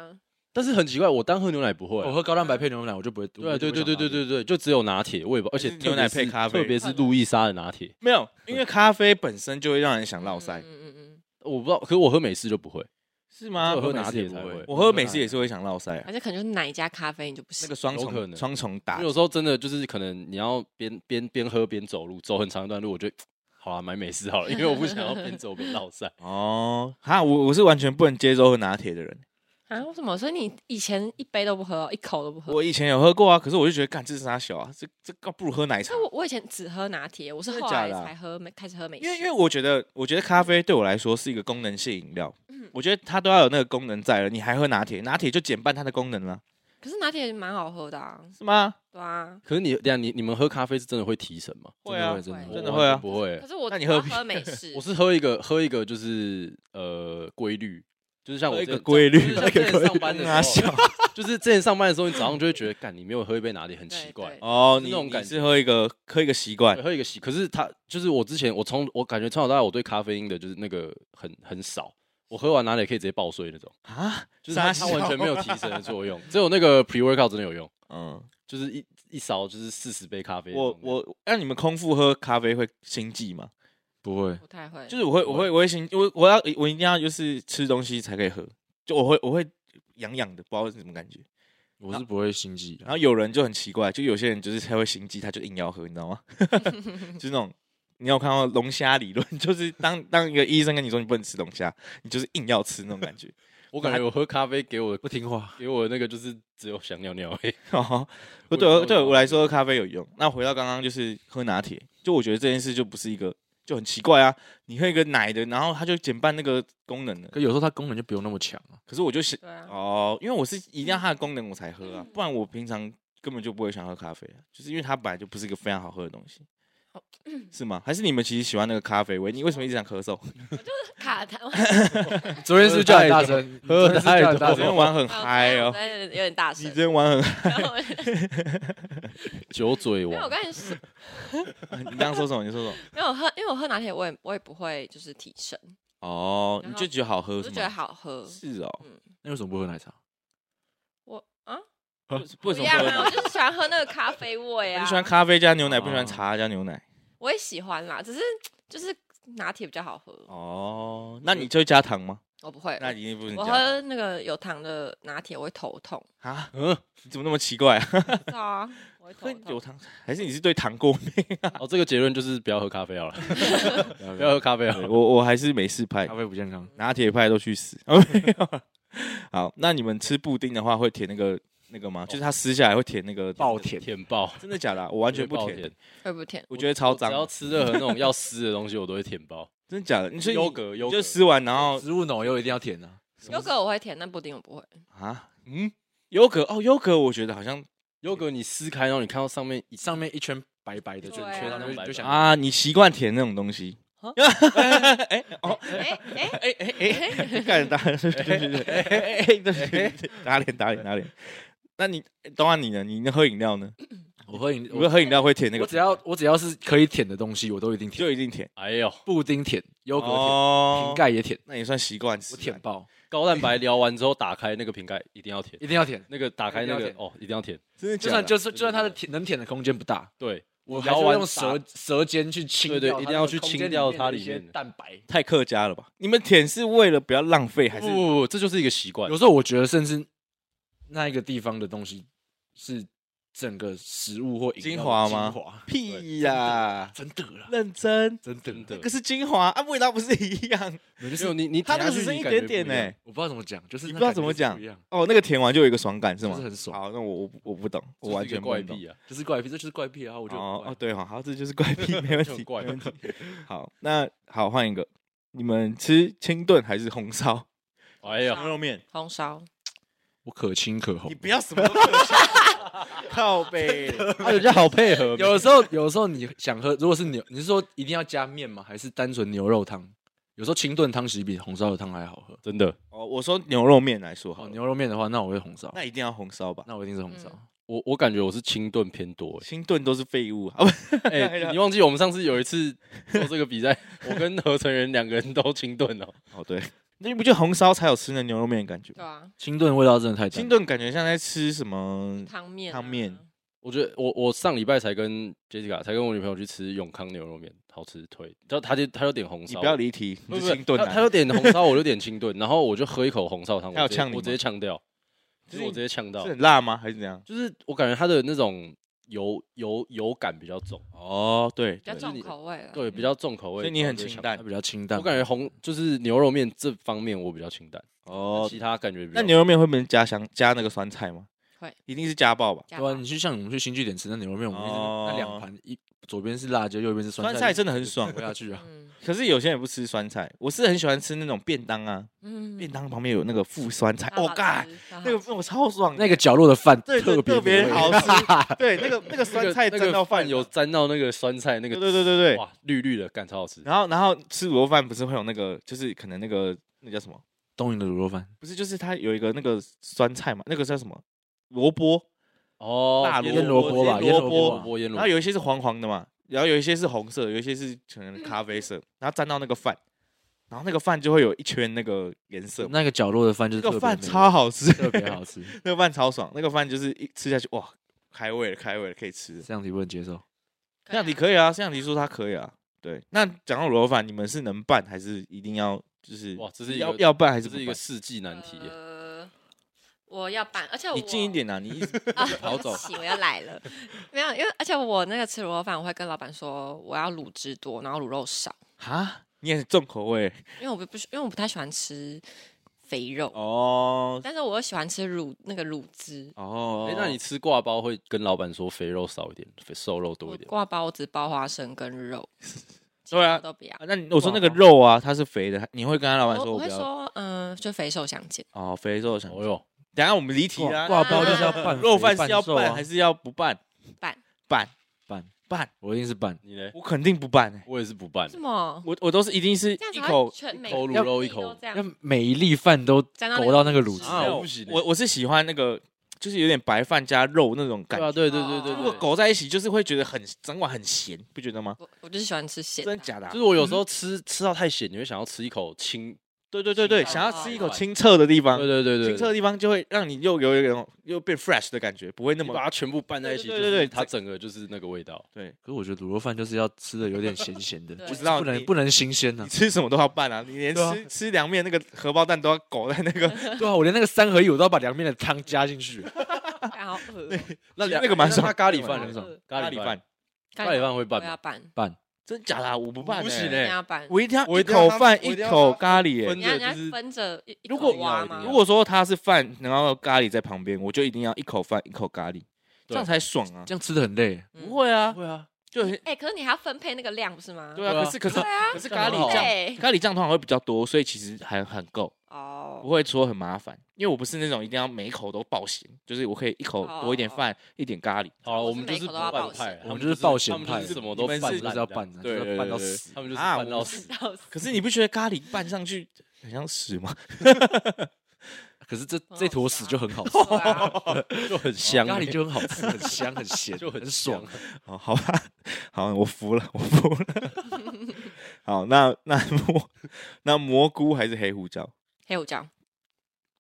Speaker 3: 但是很奇怪，我单喝牛奶不会。
Speaker 4: 我喝高蛋白配牛奶，我就不会。
Speaker 3: 对啊对对对对对
Speaker 4: 对，
Speaker 3: 对，就只有拿铁，我也不，而且
Speaker 1: 还是
Speaker 3: 特别
Speaker 1: 牛嗯奶
Speaker 3: 是
Speaker 1: 配咖啡
Speaker 3: 特别是路易莎的拿铁，
Speaker 1: 没有，因为咖啡本身就会让人想落腮
Speaker 2: 嗯，嗯嗯
Speaker 3: 我不知道，可是我喝美式就不会，
Speaker 1: 是吗？
Speaker 3: 我喝拿
Speaker 4: 美式也
Speaker 3: 铁
Speaker 4: 不
Speaker 3: 才
Speaker 4: 会
Speaker 3: 会。
Speaker 1: 我喝美式也是会想落腮、
Speaker 2: 嗯，
Speaker 1: 啊，
Speaker 2: 而且可能就是奶加咖啡你就不
Speaker 1: 那
Speaker 2: 行
Speaker 1: 个。双
Speaker 3: 有可
Speaker 1: 重
Speaker 3: 能
Speaker 1: 双重打。
Speaker 3: 因为，有时候真的就是可能你要边边边喝边走路，走很长一段路，我就好啊，买美式好了，因为我不想要边走边落晒
Speaker 1: 哦，哈，我我是完全不能接受喝拿铁的人。
Speaker 2: 啊，为什么？所以你以前一杯都不喝哦，一口都不喝。
Speaker 1: 我以前有喝过啊，可是我就觉得干这是啥小啊，这这不如喝奶茶
Speaker 2: 所以。我我以前只喝拿铁，我是
Speaker 1: 真的
Speaker 2: 后
Speaker 1: 假
Speaker 2: 来
Speaker 1: 的啊
Speaker 2: 才喝美开始喝美式，
Speaker 1: 因为因为我觉得，我觉得咖啡对我来说是一个功能性饮料，我觉得它都要有那个功能在了，你还喝拿铁，拿铁就减半它的功能了，
Speaker 2: 可是拿铁蛮好喝的啊，
Speaker 1: 是吗？
Speaker 2: 对啊。
Speaker 3: 可是你等一下你你们喝咖啡是真的会提神吗？
Speaker 1: 会啊
Speaker 4: 真的会真的
Speaker 2: 会
Speaker 1: 真的
Speaker 3: 我
Speaker 4: 会
Speaker 1: 会啊
Speaker 3: 完全不会欸、
Speaker 2: 可是我
Speaker 1: 那你
Speaker 2: 只要
Speaker 1: 喝啤
Speaker 2: 喝美式，
Speaker 3: 我是喝一个喝一个就是呃规律，就是像我
Speaker 1: 喝一
Speaker 3: 之
Speaker 1: 个
Speaker 3: 前
Speaker 1: 规律
Speaker 3: 就是像之前上班
Speaker 1: <laughs>
Speaker 3: 的
Speaker 1: 啊
Speaker 3: 时候，
Speaker 1: 笑
Speaker 3: 就是之前上班的时候，你早上就会觉得干你没有喝一杯拿铁很奇
Speaker 2: 对
Speaker 3: 怪
Speaker 2: 对。
Speaker 1: <laughs> 哦，
Speaker 3: 是
Speaker 1: 你
Speaker 3: 那种
Speaker 1: 你
Speaker 3: 感
Speaker 1: 是喝一个喝一个习惯 <laughs>
Speaker 3: 对，喝一个习，可是他就是我之前我从我感觉从小到大我对咖啡因的就是那个很很少，我喝完拿铁可以直接爆睡那种，
Speaker 1: 啊，
Speaker 3: 就是它
Speaker 1: 傻
Speaker 3: 它
Speaker 1: 笑
Speaker 3: 完全没有
Speaker 1: <laughs>
Speaker 3: 提神的作用，只有那个 pre workout 真的有用，
Speaker 1: 嗯，
Speaker 3: 就是一一勺就是四十杯咖啡那
Speaker 1: 我
Speaker 3: 种的。
Speaker 1: 我那你们空腹喝咖啡会心悸吗？
Speaker 4: 不会。
Speaker 2: 不太会，
Speaker 1: 就是我会
Speaker 3: 不
Speaker 1: 我
Speaker 3: 会
Speaker 1: 会我会心我我要我一定要就是吃东西才可以喝，就我会我会痒痒的，不知道是什么感觉，
Speaker 4: 我是不会心悸
Speaker 1: 然
Speaker 4: 的。
Speaker 1: 后有人就很奇怪，就有些人就是他会心悸，他就硬要喝，你知道吗？ <laughs> 就是那种你有看到龙虾理论， <laughs> 就是当当一个医生跟你说你不能吃龙虾，你就是硬要吃那种感觉。 <laughs>
Speaker 3: 我感觉我喝咖啡给我
Speaker 4: 不听话，
Speaker 3: 给我那个就是只有想尿尿而已。 <laughs>
Speaker 1: 哦，
Speaker 3: 我
Speaker 1: 对
Speaker 3: 也
Speaker 1: 我
Speaker 3: 不
Speaker 1: 对
Speaker 3: 知
Speaker 1: 我
Speaker 3: 道
Speaker 1: 来说咖啡有用。那回到刚刚就是喝拿铁，就我觉得这件事就不是一个就很奇怪啊，你喝一个奶的，然后它就减半那个功能了。
Speaker 4: 可有时候它功能就不用那么强啊。
Speaker 1: 可是我就想
Speaker 2: 对啊，嗯
Speaker 1: 哦，因为我是一定要它的功能我才喝啊，不然我平常根本就不会想喝咖啡啊，就是因为它本来就不是一个非常好喝的东西。
Speaker 2: 哦嗯
Speaker 1: 是吗？还是你们其实喜欢那个咖啡味？你为什么一直想咳 <laughs> 嗽？
Speaker 2: 卡
Speaker 1: <laughs>
Speaker 2: 痰，
Speaker 4: <laughs> 昨天是不是叫你大声，
Speaker 3: 喝
Speaker 4: <laughs> 昨天是不是叫
Speaker 3: 太
Speaker 4: 你大
Speaker 1: 昨
Speaker 3: 多
Speaker 1: 天
Speaker 4: 声。
Speaker 1: 玩很嗨
Speaker 2: 我
Speaker 1: 哦，
Speaker 2: 刚才有点大
Speaker 1: 你
Speaker 2: 声
Speaker 1: 昨。天玩很 <laughs>
Speaker 3: 酒嘴
Speaker 2: 因为我
Speaker 3: 王，
Speaker 2: 刚才是 <laughs>
Speaker 1: 嗨，你刚刚说什么？你说什么？
Speaker 2: 没有喝，因为我喝拿铁，我也我也不会就是提神，
Speaker 1: 哦，
Speaker 2: 然
Speaker 1: 你
Speaker 2: 后
Speaker 1: 就觉得好喝
Speaker 2: 我
Speaker 1: 是
Speaker 2: 就
Speaker 1: 吗？
Speaker 2: 觉得好嗯喝。
Speaker 1: 是哦，
Speaker 4: 那为什么不喝奶茶？
Speaker 2: 我啊，
Speaker 1: 为
Speaker 2: 不
Speaker 1: 什
Speaker 2: 一
Speaker 1: 么
Speaker 2: 样
Speaker 1: 喝
Speaker 2: 啊，
Speaker 1: 呢
Speaker 2: 我？就是喜欢喝那个咖啡味啊
Speaker 1: <laughs> 你喜。欢咖啡加牛奶，
Speaker 4: 啊
Speaker 1: 不喜欢茶加牛奶。
Speaker 2: 我也喜欢啦，只是就是拿铁比较好喝。
Speaker 1: 哦，那你就会加糖吗？
Speaker 2: 我不会，
Speaker 1: 那一定不能
Speaker 2: 呃我
Speaker 1: 加
Speaker 2: 喝那个有糖的拿铁我会头
Speaker 1: <laughs>
Speaker 2: 痛。
Speaker 1: 啊！你怎么那么奇怪啊？
Speaker 2: 知道啊，我会头
Speaker 1: 喝
Speaker 2: 痛。
Speaker 1: 有糖，还是你是对糖过敏？
Speaker 3: 哦，这个结论就是不要喝咖啡好了，不
Speaker 4: 不
Speaker 3: 要喝咖啡
Speaker 1: <laughs>
Speaker 3: 好了。
Speaker 1: 我我还是美式派
Speaker 4: 咖，啡不健康。
Speaker 1: 拿铁派都去死。 <laughs> 哦没有啊好，那你们吃布丁的话会舔那个那个吗？就是它撕下来会舔那个
Speaker 4: 爆甜
Speaker 3: 舔爆，
Speaker 1: 真的假的啊？我完全不
Speaker 3: 爆
Speaker 1: 舔，，
Speaker 2: 会不甜？
Speaker 1: 我觉得超
Speaker 3: 只要
Speaker 1: 脏，
Speaker 3: 吃任何那种要撕的东西，我都会舔爆。
Speaker 1: 真的假的？你所以
Speaker 3: 优
Speaker 1: 你
Speaker 3: 格，
Speaker 1: 你
Speaker 3: 优格
Speaker 1: 就撕完然后
Speaker 4: 植物奶油一定要甜啊，
Speaker 2: 优格我会甜，但布丁我不会。
Speaker 1: 啊，嗯，优格哦，优格我觉得好像
Speaker 3: 优格，你撕开，然后你看到上面一
Speaker 4: 上面一圈白白的，就
Speaker 2: 对啊
Speaker 4: 圈上就想
Speaker 1: 啊，你习惯舔那种东西。哎哦，
Speaker 2: 哎哎，
Speaker 1: <laughs> 哎哎哎，干打脸，对对对，哎哎哎，对对对，打脸打脸打脸。那你当然你呢？你喝饮料呢？
Speaker 4: 我喝饮，
Speaker 1: 我
Speaker 4: 我
Speaker 1: 喝饮料会舔那个，
Speaker 4: 我只要我只要是可以舔的东西，我都一定舔，
Speaker 1: 就一定舔，
Speaker 3: 哎呦，
Speaker 4: 布丁舔，优格舔，
Speaker 1: 哦
Speaker 4: 瓶，盖也舔，
Speaker 1: 那也算习惯吃。啊
Speaker 4: 我舔爆，
Speaker 3: 高蛋白聊完之后打开那个瓶盖，一定要舔。
Speaker 4: 一定要舔。
Speaker 3: 那个打开那
Speaker 4: 一定
Speaker 3: 个
Speaker 4: 要舔
Speaker 3: 哦，一定要舔。
Speaker 1: 真的啊
Speaker 4: 就
Speaker 1: 假
Speaker 4: 算
Speaker 1: 的？
Speaker 4: 就是就算它的舔能舔的空间不大，
Speaker 3: 对，
Speaker 4: 我还
Speaker 3: 聊
Speaker 4: 是
Speaker 3: 完
Speaker 4: 会用
Speaker 3: 打
Speaker 4: 舌舌尖去清掉
Speaker 3: 对对
Speaker 4: 它
Speaker 3: 一定要
Speaker 4: 那个
Speaker 3: 去
Speaker 4: 空
Speaker 3: 清
Speaker 4: 间
Speaker 3: 掉
Speaker 4: 面
Speaker 3: 它
Speaker 4: 的
Speaker 3: 里
Speaker 4: 一些
Speaker 3: 面的
Speaker 4: 蛋白。
Speaker 1: 太客家了吧？你们舔是为了不要浪费，还
Speaker 3: 不
Speaker 1: 是
Speaker 3: 不不不，这就是一个习惯
Speaker 4: 有。时候我觉得，甚至那一个地方的东西是整个食物或饮料的
Speaker 1: 精华吗
Speaker 4: 精华
Speaker 1: 屁呀？
Speaker 4: 真的啦，
Speaker 1: 认真，
Speaker 4: 真的
Speaker 3: 真的
Speaker 1: 这个是精华啊，味道不是一样？
Speaker 4: 没有就
Speaker 3: 没
Speaker 4: 是
Speaker 3: 有你你
Speaker 1: 它
Speaker 3: 舔
Speaker 1: 那
Speaker 3: 下
Speaker 1: 个
Speaker 3: 去
Speaker 1: 只剩一
Speaker 3: 你感觉
Speaker 1: 点点
Speaker 3: 不一样
Speaker 1: 呢。
Speaker 4: 我不知道怎么讲，就是
Speaker 1: 你
Speaker 4: 那
Speaker 1: 不知道
Speaker 4: 感觉
Speaker 1: 怎么
Speaker 4: 就是
Speaker 1: 讲
Speaker 4: 不一样
Speaker 1: 哦，那个舔完就有一个爽感是吗？
Speaker 4: 就是很爽
Speaker 1: 好，那我我不我不懂，我
Speaker 3: 这
Speaker 1: 完
Speaker 3: 是一个
Speaker 1: 全不
Speaker 3: 怪
Speaker 1: 懂。
Speaker 3: 癖啊。
Speaker 4: 就是怪癖，这就是怪癖啊！我觉得很
Speaker 1: 哦
Speaker 4: 怪
Speaker 1: 哦，对哈、好，这就是怪 <laughs> 癖，没问
Speaker 3: 就
Speaker 1: 题，
Speaker 3: 很怪
Speaker 1: 没问题。好，那好换一个，你们吃清炖还是红烧
Speaker 3: 哎呀，
Speaker 1: 牛肉面？
Speaker 2: 红烧
Speaker 4: 我
Speaker 1: 哦
Speaker 4: 可亲可
Speaker 1: <laughs>
Speaker 4: 红
Speaker 1: 你。不要什么都可以 <laughs> 靠背，
Speaker 3: 啊，人家好配合
Speaker 4: 有的时候，有的时候你想喝，如果是牛，你是说一定要加面吗？还是单纯牛肉汤？有时候清炖汤其实比红烧的汤还好喝。
Speaker 3: 真的，
Speaker 1: <laughs> 哦，我说牛肉面来说好
Speaker 4: 哦，
Speaker 1: 了，
Speaker 4: 牛肉面的话，那我会红烧，
Speaker 1: 那嗯一定要红烧吧？。
Speaker 4: 那我一定是红烧。
Speaker 3: 我我感觉我是清炖偏
Speaker 1: <laughs>
Speaker 3: 多
Speaker 1: 清炖都是废物啊！不 <laughs> 是
Speaker 3: 哎、你忘记我们上次有一次做这个比赛， <laughs> 我跟何成仁两个人都清炖哦。
Speaker 1: 哦，对，那你不就红烧才有吃那牛肉面的感觉
Speaker 2: 对
Speaker 1: 吗？
Speaker 2: 啊，
Speaker 4: 清炖味道真的太淡
Speaker 1: 清炖感觉像在吃什么？
Speaker 2: 汤面啊
Speaker 1: 汤面
Speaker 3: 我觉得我我上礼拜才跟 Jessica 才跟我女朋友去吃永康牛肉面，好吃推。然后她就她就点红
Speaker 1: 你
Speaker 3: 烧，
Speaker 1: 不要离题，
Speaker 3: 不
Speaker 1: 你
Speaker 3: 是
Speaker 1: 是清炖
Speaker 3: 她她
Speaker 1: 啊！
Speaker 3: 就点红烧，我就点清炖，然后我就喝一口红烧汤，
Speaker 1: 她有
Speaker 3: 我直接
Speaker 1: 呛你吗
Speaker 3: 我直接呛掉，
Speaker 1: 就
Speaker 3: 就
Speaker 1: 是是
Speaker 3: 我直接呛到
Speaker 1: 是，很辣吗？还是怎样？
Speaker 3: 就是我感觉它的那种油油油感比较重，
Speaker 1: 哦，对，
Speaker 2: 比较
Speaker 1: 对
Speaker 2: 重口味啊了。
Speaker 3: 对，比较重口
Speaker 1: 嗯
Speaker 3: 味，
Speaker 1: 所以你很
Speaker 3: 然后就呛
Speaker 1: 清。淡
Speaker 4: 它比较清淡。
Speaker 3: 我感觉红就是牛肉面这方面我比较清淡，
Speaker 1: 哦
Speaker 3: 其。他感觉比较
Speaker 1: 那牛肉面会不会加香加那个酸菜吗？
Speaker 2: 会，
Speaker 1: 一定是加爆吧？
Speaker 2: 加
Speaker 4: 对啊，
Speaker 2: 吧
Speaker 4: 你去像我们去新据点吃那牛肉面，我们一直
Speaker 1: 哦
Speaker 4: 那两盘一左边是辣椒，右边是
Speaker 1: 酸
Speaker 4: 酸
Speaker 1: 菜真的很
Speaker 4: <laughs>
Speaker 1: 爽
Speaker 4: 不。下去啊。
Speaker 2: 嗯
Speaker 1: 可是有些人不吃酸菜，我是很喜欢吃那种便当啊，
Speaker 2: 嗯
Speaker 1: 便当旁边有那个副酸菜，
Speaker 2: 超
Speaker 1: 哦
Speaker 2: 好
Speaker 1: 干，
Speaker 2: 吃超好
Speaker 1: 那个
Speaker 2: 吃
Speaker 1: 我超爽 <laughs> 的，
Speaker 4: 那个角落的饭
Speaker 1: 对对
Speaker 4: 特别
Speaker 1: 特别
Speaker 4: 美味
Speaker 1: 好吃，对，那个那个
Speaker 3: 那
Speaker 1: 酸
Speaker 3: 个
Speaker 1: 菜
Speaker 3: 那
Speaker 1: 沾
Speaker 3: 个
Speaker 1: 到饭
Speaker 3: 饭有，沾到那个酸菜那
Speaker 1: 对
Speaker 3: 个，
Speaker 1: 对对对对。
Speaker 3: 哇，绿绿的，干超好吃。
Speaker 1: 然后然后吃卤肉饭不是会有那个，就是可能那个那叫什么？
Speaker 4: 东营的卤肉饭，
Speaker 1: 不是，就是它有一个那个酸菜嘛，那个叫什么？萝卜，
Speaker 3: 哦，
Speaker 1: 大
Speaker 3: 腌
Speaker 1: 腌
Speaker 4: 萝
Speaker 1: 萝
Speaker 4: 卜吧，
Speaker 1: 腌
Speaker 4: 腌
Speaker 1: 萝
Speaker 4: 卜
Speaker 3: 萝
Speaker 4: 啊
Speaker 3: 卜腌萝
Speaker 1: 然后有一些是黄黄的嘛，然后有一些是红色的，有一些是可能咖啡色，然后沾到那个饭，然后那个饭就会有一圈那个颜色嘛，
Speaker 4: 嗯那个角落的饭就是
Speaker 1: 那个
Speaker 4: 特别
Speaker 1: 饭
Speaker 4: 美味
Speaker 1: 超，好吃， <laughs>
Speaker 4: 特别好吃。 <laughs>
Speaker 1: 那个饭超爽，那个饭就是一吃下去，哇，开胃了，开胃了，可以吃了。
Speaker 4: 这样你不能接受？
Speaker 1: 这样你可以啊，这样你说他可以啊。对，那讲到卤肉饭，你们是能办还是一定要就是
Speaker 3: 哇这是一个
Speaker 1: 要要办还是
Speaker 3: 这
Speaker 1: 不
Speaker 3: 是一
Speaker 1: 办
Speaker 3: 个世纪难题耶。
Speaker 2: 呃我要办，而且我
Speaker 1: 你近一点啊，你一直 <laughs>
Speaker 2: 啊，
Speaker 1: 跑
Speaker 2: 对
Speaker 1: 走
Speaker 2: 不 <laughs> 起，我要来了。没有，因为而且我那个吃卤肉饭，我会跟老板说我要卤汁多，然后卤肉少，
Speaker 1: 哈，你也是重口味
Speaker 2: 因为我不不喜，因为我不太喜欢吃肥肉，
Speaker 1: 哦
Speaker 2: 但是我又喜欢吃卤那个卤汁。
Speaker 1: 哦
Speaker 3: 哎、那你吃挂包会跟老板说肥肉少一点，肥瘦肉多
Speaker 2: 我
Speaker 3: 一点？
Speaker 2: 挂包我只包花生跟肉，
Speaker 1: <laughs> 对啊
Speaker 2: 其他都不要。
Speaker 1: 啊那你我说那个肉啊，它是肥的，你会跟他老板
Speaker 2: 我
Speaker 1: 说
Speaker 2: 哦
Speaker 1: 我
Speaker 2: 我
Speaker 1: 不
Speaker 2: 会
Speaker 1: 要
Speaker 2: 说，嗯、就肥瘦相间。
Speaker 1: 哦，肥肉想
Speaker 3: 哦哟，
Speaker 1: 等一下我们离题
Speaker 4: 挂
Speaker 1: 了，
Speaker 4: 挂包就是要拌
Speaker 1: 肉
Speaker 4: 肥
Speaker 1: 饭是要
Speaker 4: 瘦
Speaker 1: 办
Speaker 4: 啊
Speaker 1: 还是要不办？
Speaker 2: 啊拌
Speaker 1: 办
Speaker 4: 拌？
Speaker 1: 办，
Speaker 4: 我一定是拌，
Speaker 3: 你呢？
Speaker 1: 我肯定不办欸
Speaker 3: 我也是不拌
Speaker 2: 什，么？
Speaker 1: 我我都是一定是
Speaker 2: 这样
Speaker 1: 一
Speaker 2: 子
Speaker 1: 口
Speaker 2: 会全每
Speaker 3: 口
Speaker 2: 个
Speaker 3: 卤肉
Speaker 2: 地
Speaker 3: 一口
Speaker 2: 哦都这样
Speaker 4: 要每一粒饭都
Speaker 2: 沾到
Speaker 4: 勾到那个卤
Speaker 2: 汁
Speaker 4: 汁。
Speaker 3: 啊我不行欸
Speaker 1: 我我是喜欢那个，就是有点白饭加肉那种感
Speaker 3: 对
Speaker 1: 觉。
Speaker 3: 啊，对对对
Speaker 2: 哦
Speaker 3: 对
Speaker 1: 如果
Speaker 3: 对。
Speaker 1: 狗在一起，就是会觉得很整碗很咸，不觉得吗？
Speaker 2: 我我就是喜欢吃咸
Speaker 1: 真
Speaker 2: 的
Speaker 1: 的，假的啊、
Speaker 3: 就是我有时候吃吃到太咸，你会想要吃一口清。
Speaker 1: 对对对对，
Speaker 2: 清
Speaker 1: 想要
Speaker 2: 淡
Speaker 1: 吃一
Speaker 2: 一
Speaker 1: 口
Speaker 3: 碗
Speaker 1: 清澈的地方
Speaker 3: 对，对对对
Speaker 1: 清澈的
Speaker 3: 对，
Speaker 1: 地方就会让你又有一种又变 fresh 的感觉，不会那
Speaker 3: 你把
Speaker 1: 么
Speaker 3: 它全部拌在一起，
Speaker 1: 对对
Speaker 3: 对对
Speaker 1: 对对
Speaker 3: 对，它整个就是那个味道。
Speaker 1: 对。
Speaker 4: 可是我觉得卤肉饭就是要吃的有点咸咸的，
Speaker 2: 对
Speaker 4: 就
Speaker 1: 我知
Speaker 4: 是
Speaker 1: 道
Speaker 4: 不
Speaker 1: 你
Speaker 4: 能不能新鲜
Speaker 1: 你
Speaker 4: 呐。
Speaker 1: 吃什么都要拌啊，你连吃、
Speaker 4: 对啊
Speaker 1: 吃凉面那个荷包蛋都要狗在那个，
Speaker 4: 对啊，我连那个三合一我都要把凉面的汤加进去。
Speaker 1: <laughs>
Speaker 2: 然后呃，
Speaker 3: 那
Speaker 1: 其实
Speaker 3: 两
Speaker 1: 那个蛮
Speaker 3: 那
Speaker 1: 爽
Speaker 3: 它咖喱
Speaker 1: 那
Speaker 3: 饭
Speaker 1: 个
Speaker 2: 蛮
Speaker 3: 很
Speaker 2: 爽
Speaker 3: 爽，
Speaker 1: <laughs> 咖
Speaker 3: 咖
Speaker 1: 喱
Speaker 3: 喱
Speaker 1: 饭
Speaker 3: 饭，，咖喱饭会拌
Speaker 2: 我
Speaker 3: 吗
Speaker 2: 要？拌，
Speaker 1: 真假的啊、我不拌、欸，
Speaker 3: 不行
Speaker 2: 一
Speaker 3: 欸
Speaker 2: 定要拌。
Speaker 1: 我一定要
Speaker 3: 我
Speaker 1: 一
Speaker 3: 一定要
Speaker 1: 口
Speaker 3: 它
Speaker 1: 饭
Speaker 3: 我
Speaker 1: 一
Speaker 3: 一定要
Speaker 1: 口
Speaker 3: 它
Speaker 1: 咖喱、欸，
Speaker 3: 分
Speaker 2: 你要
Speaker 3: 的
Speaker 2: 你要
Speaker 3: 就是
Speaker 2: 分着一一
Speaker 1: 如
Speaker 2: 口
Speaker 1: 果
Speaker 2: 挖
Speaker 3: 一定
Speaker 2: 吗？
Speaker 3: 要
Speaker 1: 如果说它是饭，然后咖喱在旁边，我就一定要一口饭一口咖喱，这
Speaker 3: 对
Speaker 1: 样才爽啊！
Speaker 4: 这样吃的很累。
Speaker 2: 嗯
Speaker 1: 不会啊，
Speaker 3: 会啊，
Speaker 1: 就很
Speaker 2: 哎、可是你还要分配那个量不是吗？
Speaker 1: 对啊。
Speaker 3: 对啊
Speaker 1: 可是可是
Speaker 2: 啊，
Speaker 1: 可是
Speaker 3: 这样
Speaker 1: 咖
Speaker 3: 很好
Speaker 1: 喱
Speaker 3: 啊
Speaker 1: 酱
Speaker 2: 对
Speaker 1: 咖喱酱通常会比较多，所以其实还很够，不
Speaker 2: 哦，
Speaker 1: 会说很麻烦。因为我不是那种一定要每一口都爆咸，就是我可以一口多一点饭，一点咖喱。
Speaker 3: 好了，
Speaker 2: 我
Speaker 3: 我
Speaker 2: 是
Speaker 3: 们就
Speaker 2: 每
Speaker 3: 是
Speaker 2: 口
Speaker 3: 不
Speaker 2: 都要
Speaker 3: 拌
Speaker 2: 爆
Speaker 3: 派
Speaker 2: 咸，
Speaker 3: 他
Speaker 4: 我们
Speaker 3: 们
Speaker 4: 就是
Speaker 3: 就
Speaker 4: 爆
Speaker 3: 他
Speaker 4: 咸
Speaker 3: 们
Speaker 4: 派
Speaker 3: 就是什么都
Speaker 1: 你们
Speaker 3: 拌
Speaker 1: 是
Speaker 3: 烂
Speaker 4: 就是要
Speaker 3: 这样
Speaker 4: 拌啊
Speaker 3: 对
Speaker 4: 就是要
Speaker 3: 对
Speaker 4: 拌到
Speaker 3: 对对
Speaker 4: 死
Speaker 3: 他们就是
Speaker 1: 啊
Speaker 3: 拌到
Speaker 1: 我
Speaker 3: 死。
Speaker 2: 到死
Speaker 1: 可是你不觉得咖喱拌上去很像屎吗？
Speaker 4: 可是这
Speaker 2: 很好
Speaker 4: 这坨屎
Speaker 2: 吃啊
Speaker 4: 就很 <laughs> 好吃，
Speaker 2: 对啊
Speaker 1: <laughs>
Speaker 3: 就很香欸，
Speaker 4: 咖喱就很好吃，很香很咸，
Speaker 3: 就很
Speaker 4: 爽。
Speaker 3: 香。欸
Speaker 1: 哦，好吧， <laughs> 好，我服了，我服了。 <laughs> 好，那那蘑那蘑菇还是黑胡椒？
Speaker 2: 黑胡椒，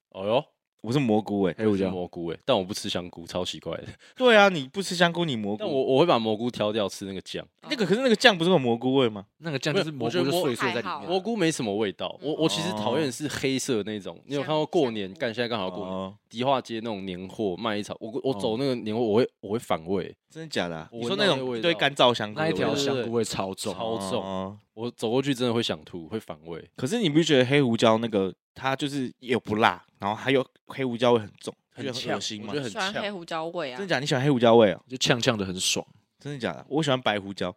Speaker 3: 哦哟，
Speaker 1: 我是蘑菇哎、
Speaker 4: 黑胡椒
Speaker 3: 是蘑菇哎，但我不吃香菇，超奇怪的。
Speaker 1: 对啊，你不吃香菇，你蘑菇。
Speaker 3: 但我我会把蘑菇挑掉，吃那个酱。
Speaker 1: 那
Speaker 2: 哦
Speaker 1: 个可是那个酱不是有蘑菇味吗？
Speaker 4: 那个酱就是
Speaker 3: 没有
Speaker 4: 蘑
Speaker 3: 我觉
Speaker 4: 菇
Speaker 3: 得
Speaker 4: 就
Speaker 3: 蘑
Speaker 4: 碎碎在里
Speaker 2: 还好
Speaker 4: 面。
Speaker 3: 蘑菇没什么味道，我我其实
Speaker 1: 哦
Speaker 3: 讨厌是黑色的那种。你有看
Speaker 2: 嗯香
Speaker 3: 过过
Speaker 2: 香
Speaker 3: 年
Speaker 2: 菇
Speaker 3: 干？现在刚好过年，
Speaker 1: 哦，
Speaker 3: 迪化街那种年货卖一场，我我
Speaker 4: 哦
Speaker 3: 走那个年货，我会我会反胃，
Speaker 1: 真的假的啊、
Speaker 3: 我
Speaker 1: 你说
Speaker 3: 闻到
Speaker 1: 那
Speaker 3: 那个
Speaker 1: 种
Speaker 3: 味
Speaker 1: 一堆
Speaker 3: 道
Speaker 1: 干燥香菇的味
Speaker 4: 那一
Speaker 1: 道，
Speaker 4: 条
Speaker 3: 对
Speaker 4: 香
Speaker 3: 对
Speaker 4: 菇味超重，
Speaker 3: 超重
Speaker 1: 哦
Speaker 3: 我走过去真的会想吐，会反胃。
Speaker 1: 可是你不觉得黑胡椒那个它就是也不辣，然后还有黑胡椒味很重，
Speaker 3: 很
Speaker 1: 觉得很
Speaker 3: 呛
Speaker 1: 恶心
Speaker 3: 我
Speaker 1: 吗
Speaker 3: 觉？得
Speaker 2: 我
Speaker 3: 很
Speaker 2: 喜欢
Speaker 3: 呛
Speaker 2: 黑胡椒味啊
Speaker 1: 真的。假的你喜欢黑胡椒味哦？
Speaker 4: 就呛呛的很爽。
Speaker 1: 真的假的？我喜欢白胡椒，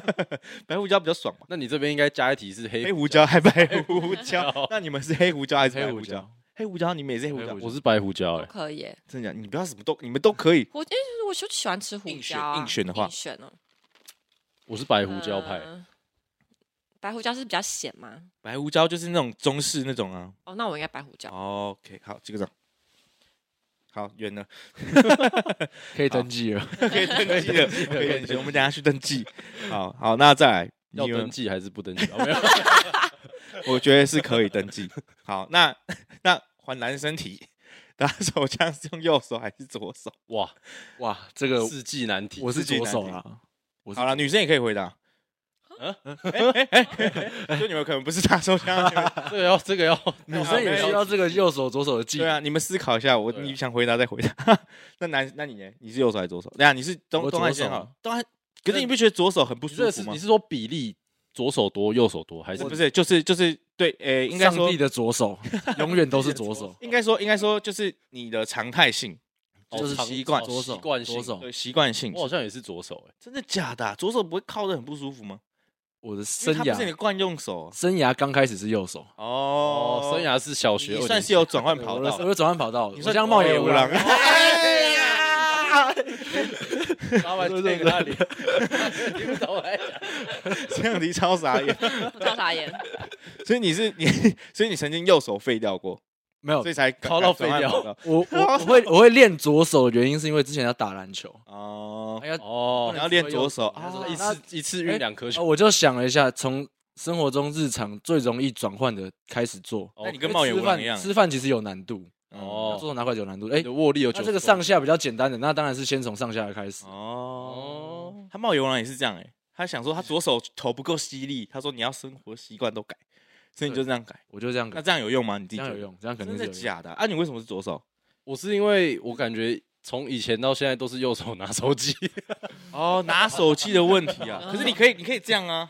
Speaker 1: <laughs> 白胡椒比较爽嘛。
Speaker 3: 那你这边应该加一题是黑
Speaker 1: 黑胡椒还白胡椒， <laughs> 那你们是黑胡椒还是
Speaker 4: 黑
Speaker 1: 白
Speaker 4: 胡
Speaker 1: 胡椒
Speaker 4: 椒？
Speaker 1: 黑胡椒，你们也是黑胡
Speaker 4: 黑
Speaker 1: 椒
Speaker 4: 胡椒？
Speaker 3: 我是白胡椒
Speaker 2: 都
Speaker 3: 哎、
Speaker 2: 可以耶，
Speaker 1: 真的假的？你不要什么都，你们都可以。
Speaker 2: 我因为我就喜欢吃胡
Speaker 1: 硬选
Speaker 2: 椒啊。
Speaker 1: 硬选的话
Speaker 2: 硬选哦，
Speaker 3: 我是白胡椒派，
Speaker 2: 嗯白胡椒是比较咸吗？
Speaker 1: 白胡椒就是那种中式那种啊。
Speaker 2: 哦，那我应该白胡椒。
Speaker 1: 哦 OK，好，这个掌。好，远 <laughs> 了，
Speaker 4: <laughs> 可以登记了。
Speaker 1: 可以登记了，可以登记。我们等一下去登记。好好，那再来，
Speaker 3: 要
Speaker 1: 你们
Speaker 3: 登记还是不登记？哦没有
Speaker 1: 我觉得是可以登记。好，那 <laughs> 那还男生题，打手枪是用右手还是左手？
Speaker 3: 哇，
Speaker 4: 哇，这个
Speaker 3: 世纪难题，
Speaker 4: 呃我是
Speaker 1: 自己
Speaker 4: 左
Speaker 1: 难
Speaker 4: 手
Speaker 1: 听
Speaker 4: 啦，我是
Speaker 1: 好了，女生也可以回答。哎哎哎 <laughs> 就你们可能不是打手枪，你们
Speaker 3: 这个要这个要
Speaker 4: 女
Speaker 1: 啊
Speaker 4: 生也需要这个右手左手的技
Speaker 1: 对
Speaker 4: 能。
Speaker 1: 啊，你们思考一下，我
Speaker 3: 对啊
Speaker 1: 你想回答再回答。 <laughs> 那男，那你呢？你是右手还是左手？对啊，你是东
Speaker 4: 我
Speaker 1: 东
Speaker 4: 左
Speaker 1: 岸线
Speaker 4: 手啊
Speaker 1: 好了，东岸。可是你不觉得左手很不
Speaker 3: 你这
Speaker 1: 舒
Speaker 3: 个
Speaker 1: 服
Speaker 3: 是
Speaker 1: 吗
Speaker 3: 你？是说比例左手多右手多还
Speaker 1: 不
Speaker 3: 是
Speaker 1: 是不是，就是就是对，诶，应该
Speaker 4: 上
Speaker 1: 说
Speaker 4: 帝的左手永远都是
Speaker 1: <laughs>
Speaker 4: 左手，
Speaker 1: 应该说应该说就是你的常态性，
Speaker 3: 哦
Speaker 4: 就是
Speaker 3: 长
Speaker 1: 习惯
Speaker 3: 哦
Speaker 4: 左手
Speaker 3: 习惯
Speaker 4: 左
Speaker 3: 性
Speaker 4: 手
Speaker 1: 对习惯性
Speaker 3: 我。好像也是左手哎、
Speaker 1: 真的假的啊？左手不会靠的很不舒服吗？
Speaker 4: 我的
Speaker 1: 因为
Speaker 4: 生
Speaker 1: 它不是你的
Speaker 4: 涯
Speaker 1: 惯用手啊
Speaker 4: 生涯刚开始是右手，
Speaker 1: 哦
Speaker 3: 哦，生涯是小学
Speaker 1: 你
Speaker 3: 二年
Speaker 1: 算是
Speaker 3: 级
Speaker 1: 有转换跑
Speaker 4: 我的
Speaker 1: 道
Speaker 4: 我，的转换跑道，
Speaker 1: 你
Speaker 4: 我
Speaker 1: 算哦
Speaker 4: 像茂野无郎，
Speaker 1: 哎呀
Speaker 3: 老板这个那 <laughs> 里，听不懂哎。
Speaker 1: <laughs> 这样你超傻眼。
Speaker 2: 不知道啥盐，
Speaker 1: <laughs> 所以你是你，所以你曾经右手废掉过，
Speaker 4: 没有
Speaker 1: 所以才敢
Speaker 3: 靠到废掉。
Speaker 1: 敢转换跑道
Speaker 4: 我我我
Speaker 1: <laughs>
Speaker 4: 会我会练左手的原因是因为之前要打篮球，
Speaker 1: 哦
Speaker 4: 哎，要
Speaker 3: 哦
Speaker 1: 你要练左手
Speaker 4: 不能只
Speaker 1: 啊
Speaker 4: 会
Speaker 3: 一
Speaker 4: 右手那
Speaker 3: 次一次运两颗
Speaker 4: 啊，
Speaker 3: 球。
Speaker 4: 我就想了一下，从生活中日常最容易转换的开始做。
Speaker 1: 那哦你跟
Speaker 4: 因
Speaker 1: 茂
Speaker 4: 为
Speaker 1: 野
Speaker 4: 吃
Speaker 1: 无郎一样
Speaker 4: 饭，吃饭其实有难度，
Speaker 1: 嗯
Speaker 3: 哦
Speaker 4: 左手拿筷子有难度。哎、
Speaker 3: 你的握力有
Speaker 4: 那
Speaker 3: 九。
Speaker 4: 这个上下比较简单的，那当然是先从上下开始。
Speaker 1: 哦，
Speaker 3: 哦，
Speaker 1: 他茂野无郎也是这样哎，他想说他左手头不够犀利，他说你要生活习惯都改，所以你就这样改。
Speaker 4: 我就这样
Speaker 1: 那
Speaker 4: 改，
Speaker 1: 这样有用吗？你自己
Speaker 4: 这
Speaker 1: 觉
Speaker 4: 样
Speaker 1: 得
Speaker 4: 有？用，这样肯
Speaker 1: 真
Speaker 4: 定是
Speaker 1: 的
Speaker 4: 有用。
Speaker 1: 假的啊？啊你为什么是左手？
Speaker 3: 我是因为我感觉从以前到现在都是右手拿
Speaker 1: <laughs>
Speaker 3: 手机，
Speaker 1: 哦，拿手机的问题啊。 <laughs> 可是你可以，你可以这样啊，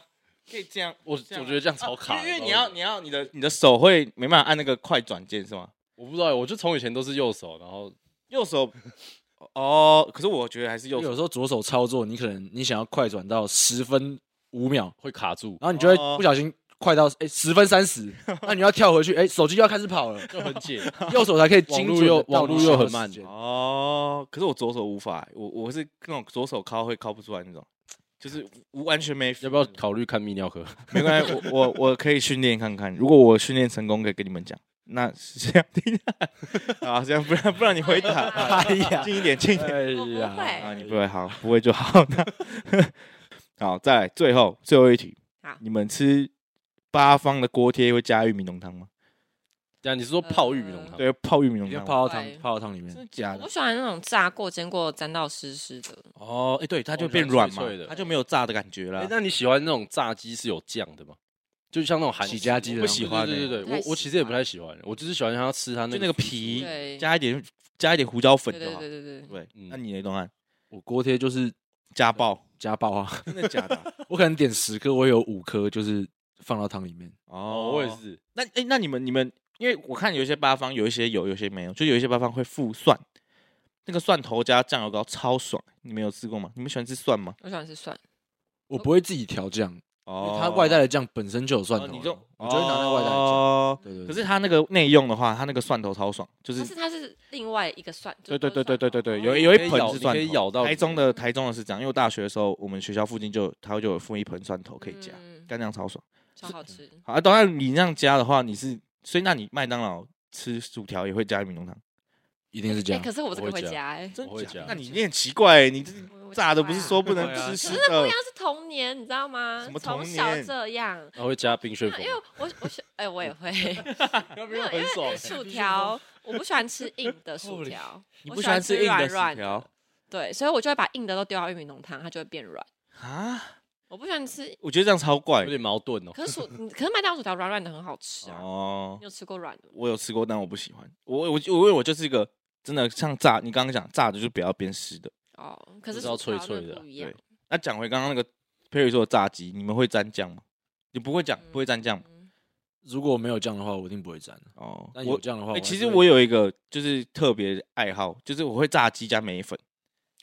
Speaker 1: 可以这样。
Speaker 3: 我我
Speaker 1: 这样啊
Speaker 3: 觉得这样超卡
Speaker 1: 因
Speaker 3: 的，
Speaker 1: 为因为
Speaker 3: 不
Speaker 1: 你
Speaker 3: 知道
Speaker 1: 要你要你的你的手会没办法按那个快转键是吗？
Speaker 3: 我不知道，我就从以前都是右手，然后
Speaker 1: 右手 <laughs> 哦，可是我觉得还是右
Speaker 4: 因为
Speaker 1: 手
Speaker 4: 有时候左手操作，你可能你想要快转到十分五秒，
Speaker 3: 会卡住，
Speaker 4: 然后你就会
Speaker 1: 哦
Speaker 4: 不小心快到哎十分三十，那你要跳回去，哎，手机又要开始跑了，
Speaker 3: 就很解。
Speaker 4: 右手才可以
Speaker 3: 网
Speaker 4: 精
Speaker 3: 络
Speaker 4: 准
Speaker 3: 又
Speaker 4: 地到
Speaker 3: 网络
Speaker 4: 你
Speaker 3: 又
Speaker 4: 想要
Speaker 3: 很
Speaker 4: 的
Speaker 3: 慢
Speaker 4: 时间
Speaker 1: 哦。可是我左手无法欸，我我是那种左手敲会敲不出来那种，就是无完全没 feel。
Speaker 3: 要不要考虑看泌尿科？ <laughs>
Speaker 1: 没关系，我我我可以训练看看。如果我训练成功，可以跟你们讲。那是这样听啊， <laughs> 这样不然不然你回 <laughs> 答，
Speaker 4: 哎呀，
Speaker 1: 近一点，近一点。
Speaker 4: 哎
Speaker 2: 我哦不
Speaker 4: 呀，
Speaker 1: 啊，
Speaker 2: 会，
Speaker 1: 你不会好，不会就好。那 <laughs> 好，再来最后最后一题
Speaker 2: 好。
Speaker 1: 你们吃八方的锅贴会加玉米浓汤吗？
Speaker 3: 对啊，你是说泡玉米浓汤？
Speaker 1: 呃对，泡玉米浓
Speaker 4: 你就
Speaker 1: 汤。
Speaker 4: 泡到
Speaker 2: 会
Speaker 4: 汤，泡到汤里面
Speaker 1: 真，的假
Speaker 2: 我
Speaker 1: 的
Speaker 2: 不？喜欢那种炸过、煎过、沾到湿湿
Speaker 1: <laughs>
Speaker 2: 的。
Speaker 1: 哦，哎，对，它就
Speaker 3: 哦
Speaker 1: 变
Speaker 3: 像
Speaker 1: 软
Speaker 3: 脆
Speaker 1: 嘛
Speaker 3: 脆的，
Speaker 1: 它就没有炸的感觉
Speaker 3: 哎、
Speaker 1: 了。
Speaker 3: 那你喜欢那种炸鸡是有酱的吗？就像那种韩
Speaker 4: 起家鸡
Speaker 3: 不
Speaker 4: 的那种
Speaker 3: 喜欢。
Speaker 1: 对对
Speaker 3: 对
Speaker 2: 对
Speaker 3: 对对，
Speaker 2: 不太
Speaker 3: 我我其实也不太喜欢，我就是喜欢它吃它那
Speaker 1: 就那
Speaker 3: 个
Speaker 1: 个皮
Speaker 2: 对，
Speaker 1: 加一点加一点胡椒粉
Speaker 2: 对
Speaker 1: 就
Speaker 2: 对
Speaker 1: 好。
Speaker 2: 对对对，
Speaker 1: 对，
Speaker 3: 嗯
Speaker 1: 那你的东汉
Speaker 4: 我锅贴就是
Speaker 1: 加爆，
Speaker 4: 加爆啊！ <laughs>
Speaker 1: 真的假 <laughs> 的？
Speaker 4: 我可能点十颗，我有五颗就是放到汤里面。
Speaker 1: 哦
Speaker 3: 哦，我也。是，
Speaker 1: 那哎，那你们你们，因为我看有一些八方有一些有，有一些没有，就有一些八方会附蒜，那个蒜头加酱油膏超爽。你们有吃过吗？你们喜欢吃蒜吗？
Speaker 2: 我喜欢吃蒜，
Speaker 4: 我不会自己调酱，因为
Speaker 1: 哦
Speaker 4: 它外带的酱本身就有蒜头
Speaker 1: 哦
Speaker 4: 了，
Speaker 1: 你就
Speaker 4: 我就会拿那外带的酱。
Speaker 1: 哦。
Speaker 4: 对对，对
Speaker 1: 可是它那个内用的话，它那个蒜头超爽，就
Speaker 2: 但
Speaker 1: 是
Speaker 2: 是它是另外一个蒜，就
Speaker 1: 对对
Speaker 2: 不
Speaker 1: 对
Speaker 2: 是
Speaker 1: 对对对
Speaker 2: 蒜
Speaker 1: 对，
Speaker 2: 头
Speaker 1: 有有
Speaker 2: 哦
Speaker 3: 可
Speaker 1: 一
Speaker 3: 以
Speaker 1: 盆
Speaker 3: 咬
Speaker 1: 是
Speaker 3: 你
Speaker 1: 蒜
Speaker 3: 可以咬
Speaker 1: 头。
Speaker 3: 到
Speaker 1: 台
Speaker 3: 你
Speaker 1: 中的台中的是这样，因为我大学的时候，我们学校附近就它就有附一盆蒜头可以加，
Speaker 2: 嗯
Speaker 1: 干这样超爽。
Speaker 2: 超好吃。
Speaker 1: 好，啊当然你这样加的话，你是所以那你麦当劳吃薯条也会加玉米浓汤，
Speaker 4: 一定是这
Speaker 2: 哎，
Speaker 4: 样。
Speaker 2: 可是我这个
Speaker 3: 我会
Speaker 2: 会
Speaker 3: 加
Speaker 2: 加哎，
Speaker 1: 真
Speaker 3: 我会
Speaker 1: 假
Speaker 3: 加
Speaker 1: 那你有点奇怪欸，你这
Speaker 2: 我我
Speaker 1: 炸的不
Speaker 2: 加
Speaker 1: 是说不
Speaker 4: 会
Speaker 1: 能
Speaker 4: 啊
Speaker 1: 吃湿
Speaker 2: 可是
Speaker 1: 的
Speaker 2: 那是童年，你知道吗？
Speaker 1: 什么童
Speaker 2: 从
Speaker 1: 年
Speaker 2: 小这样，
Speaker 3: 然后会加冰旋
Speaker 2: 因
Speaker 3: 风
Speaker 2: 为，我我喜哎我也会，
Speaker 1: <laughs>
Speaker 3: 要不
Speaker 2: 没有因为薯条我不喜欢吃硬的薯
Speaker 3: Holy-
Speaker 2: 条，
Speaker 1: <laughs> 你
Speaker 2: 我
Speaker 1: 不
Speaker 2: 喜
Speaker 1: 喜欢
Speaker 2: 欢
Speaker 1: 吃
Speaker 2: 吃
Speaker 1: 硬的
Speaker 2: 软
Speaker 1: 薯
Speaker 2: 软
Speaker 1: 条
Speaker 2: 的，对，所以我就会把硬的都丢到玉米浓汤，它就会变软。
Speaker 1: 啊？
Speaker 2: 我不喜欢吃，
Speaker 1: 我觉得这样超怪
Speaker 3: 有点矛盾哦。
Speaker 2: 可
Speaker 1: <laughs>
Speaker 2: 是薯你可是麦当劳薯条软软的很好吃啊，
Speaker 1: 哦
Speaker 2: 你。有吃过软的吗？
Speaker 1: 我有吃过，但我不喜欢。我我我因为我就是一个真的像炸，你刚刚讲炸的就不要变湿的。
Speaker 2: 哦，可是
Speaker 3: 就是要
Speaker 2: 薯条
Speaker 3: 脆脆
Speaker 2: 那
Speaker 3: 的
Speaker 2: 不一样
Speaker 1: 对。那讲回刚刚那个佩瑞说的炸鸡，你们会沾酱吗？你不会讲，不会沾酱吗
Speaker 2: 嗯
Speaker 4: 如果没有酱的话，我一定不会沾。
Speaker 1: 哦。
Speaker 4: 但有
Speaker 1: 我
Speaker 4: 酱的话，
Speaker 1: 哎、
Speaker 4: 还是
Speaker 1: 其实
Speaker 4: 会
Speaker 1: 我有一个就是特别的爱好，就是我会炸鸡加梅粉，
Speaker 2: 嗯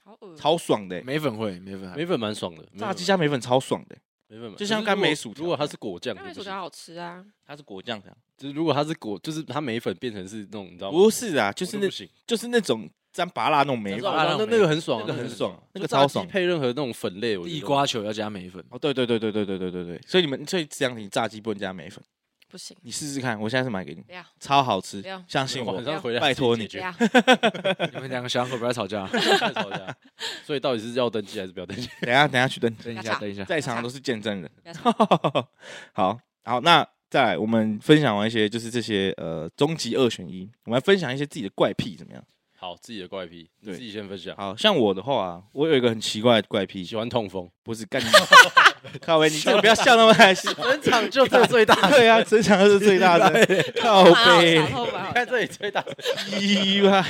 Speaker 2: 好恶
Speaker 1: 超爽的、欸。
Speaker 4: 梅粉会梅粉还
Speaker 3: 梅粉蛮爽的，梅
Speaker 1: 炸
Speaker 3: 粉
Speaker 1: 鸡加梅粉超爽的欸、
Speaker 3: 梅粉蛮，
Speaker 1: 就像
Speaker 3: 可是
Speaker 1: 干梅
Speaker 3: 如果
Speaker 1: 薯条
Speaker 3: 如果它是果酱，
Speaker 2: 麦当劳薯
Speaker 3: 就不
Speaker 2: 条
Speaker 3: 行
Speaker 2: 好吃啊，
Speaker 1: 它是果酱的啊，
Speaker 3: 就是如果它是果，就是它梅粉变成是那种你知道吗？
Speaker 1: 不是啊，就是
Speaker 3: 我
Speaker 1: 那
Speaker 3: 不行，
Speaker 1: 就是那种沾拔辣那种哦梅
Speaker 3: 我知
Speaker 1: 粉
Speaker 3: 道。我知道那
Speaker 4: 那种
Speaker 3: 那个很爽啊，
Speaker 1: 那个很爽，那个
Speaker 3: 就炸
Speaker 1: 超
Speaker 3: 鸡
Speaker 1: 爽。
Speaker 3: 配任何那种粉类，我觉得
Speaker 4: 地瓜球要加梅粉，
Speaker 1: 哦，对对对对对对对对对，所以你们所以这样你炸鸡不能加梅粉，
Speaker 2: 不行，
Speaker 1: 你试试看，我现在是买给你
Speaker 2: 不，要
Speaker 1: 超好吃
Speaker 2: 不要，
Speaker 1: 相信
Speaker 3: 晚
Speaker 1: 我。
Speaker 3: 上回来
Speaker 1: 拜托你
Speaker 2: 不
Speaker 3: 自己解决 <laughs>
Speaker 2: 要，
Speaker 4: 你们两个小两口不要吵
Speaker 1: <laughs>
Speaker 4: 架，
Speaker 3: 再吵架。所以到底是要登记还是不要登记？
Speaker 1: 等一下等一下去 <laughs> 登
Speaker 4: 等一
Speaker 2: 不要
Speaker 4: 下
Speaker 2: 吵
Speaker 4: 等一下，
Speaker 1: 在场都是见证人 <laughs>
Speaker 2: 不要。
Speaker 1: 好好，那再来，我们分享完一些就是这些呃终极二选一，我们来分享一些自己的怪癖怎么样？
Speaker 3: <laughs> 好，自己的怪癖，你
Speaker 1: 对
Speaker 3: 自己先分享。
Speaker 1: 好像我的话、啊，我有一个很奇怪的怪癖，
Speaker 3: 喜欢痛风，
Speaker 1: 不是 <laughs> 干你，靠威，你这个不要笑那么开心。
Speaker 3: 本场就这最大
Speaker 1: 对啊，真想是最大 <laughs> 的靠
Speaker 2: 蛮好
Speaker 1: 背
Speaker 2: 笑，。啊
Speaker 1: <laughs>
Speaker 2: <laughs> 超蛮好笑
Speaker 3: 看这里最大声。
Speaker 1: 意外。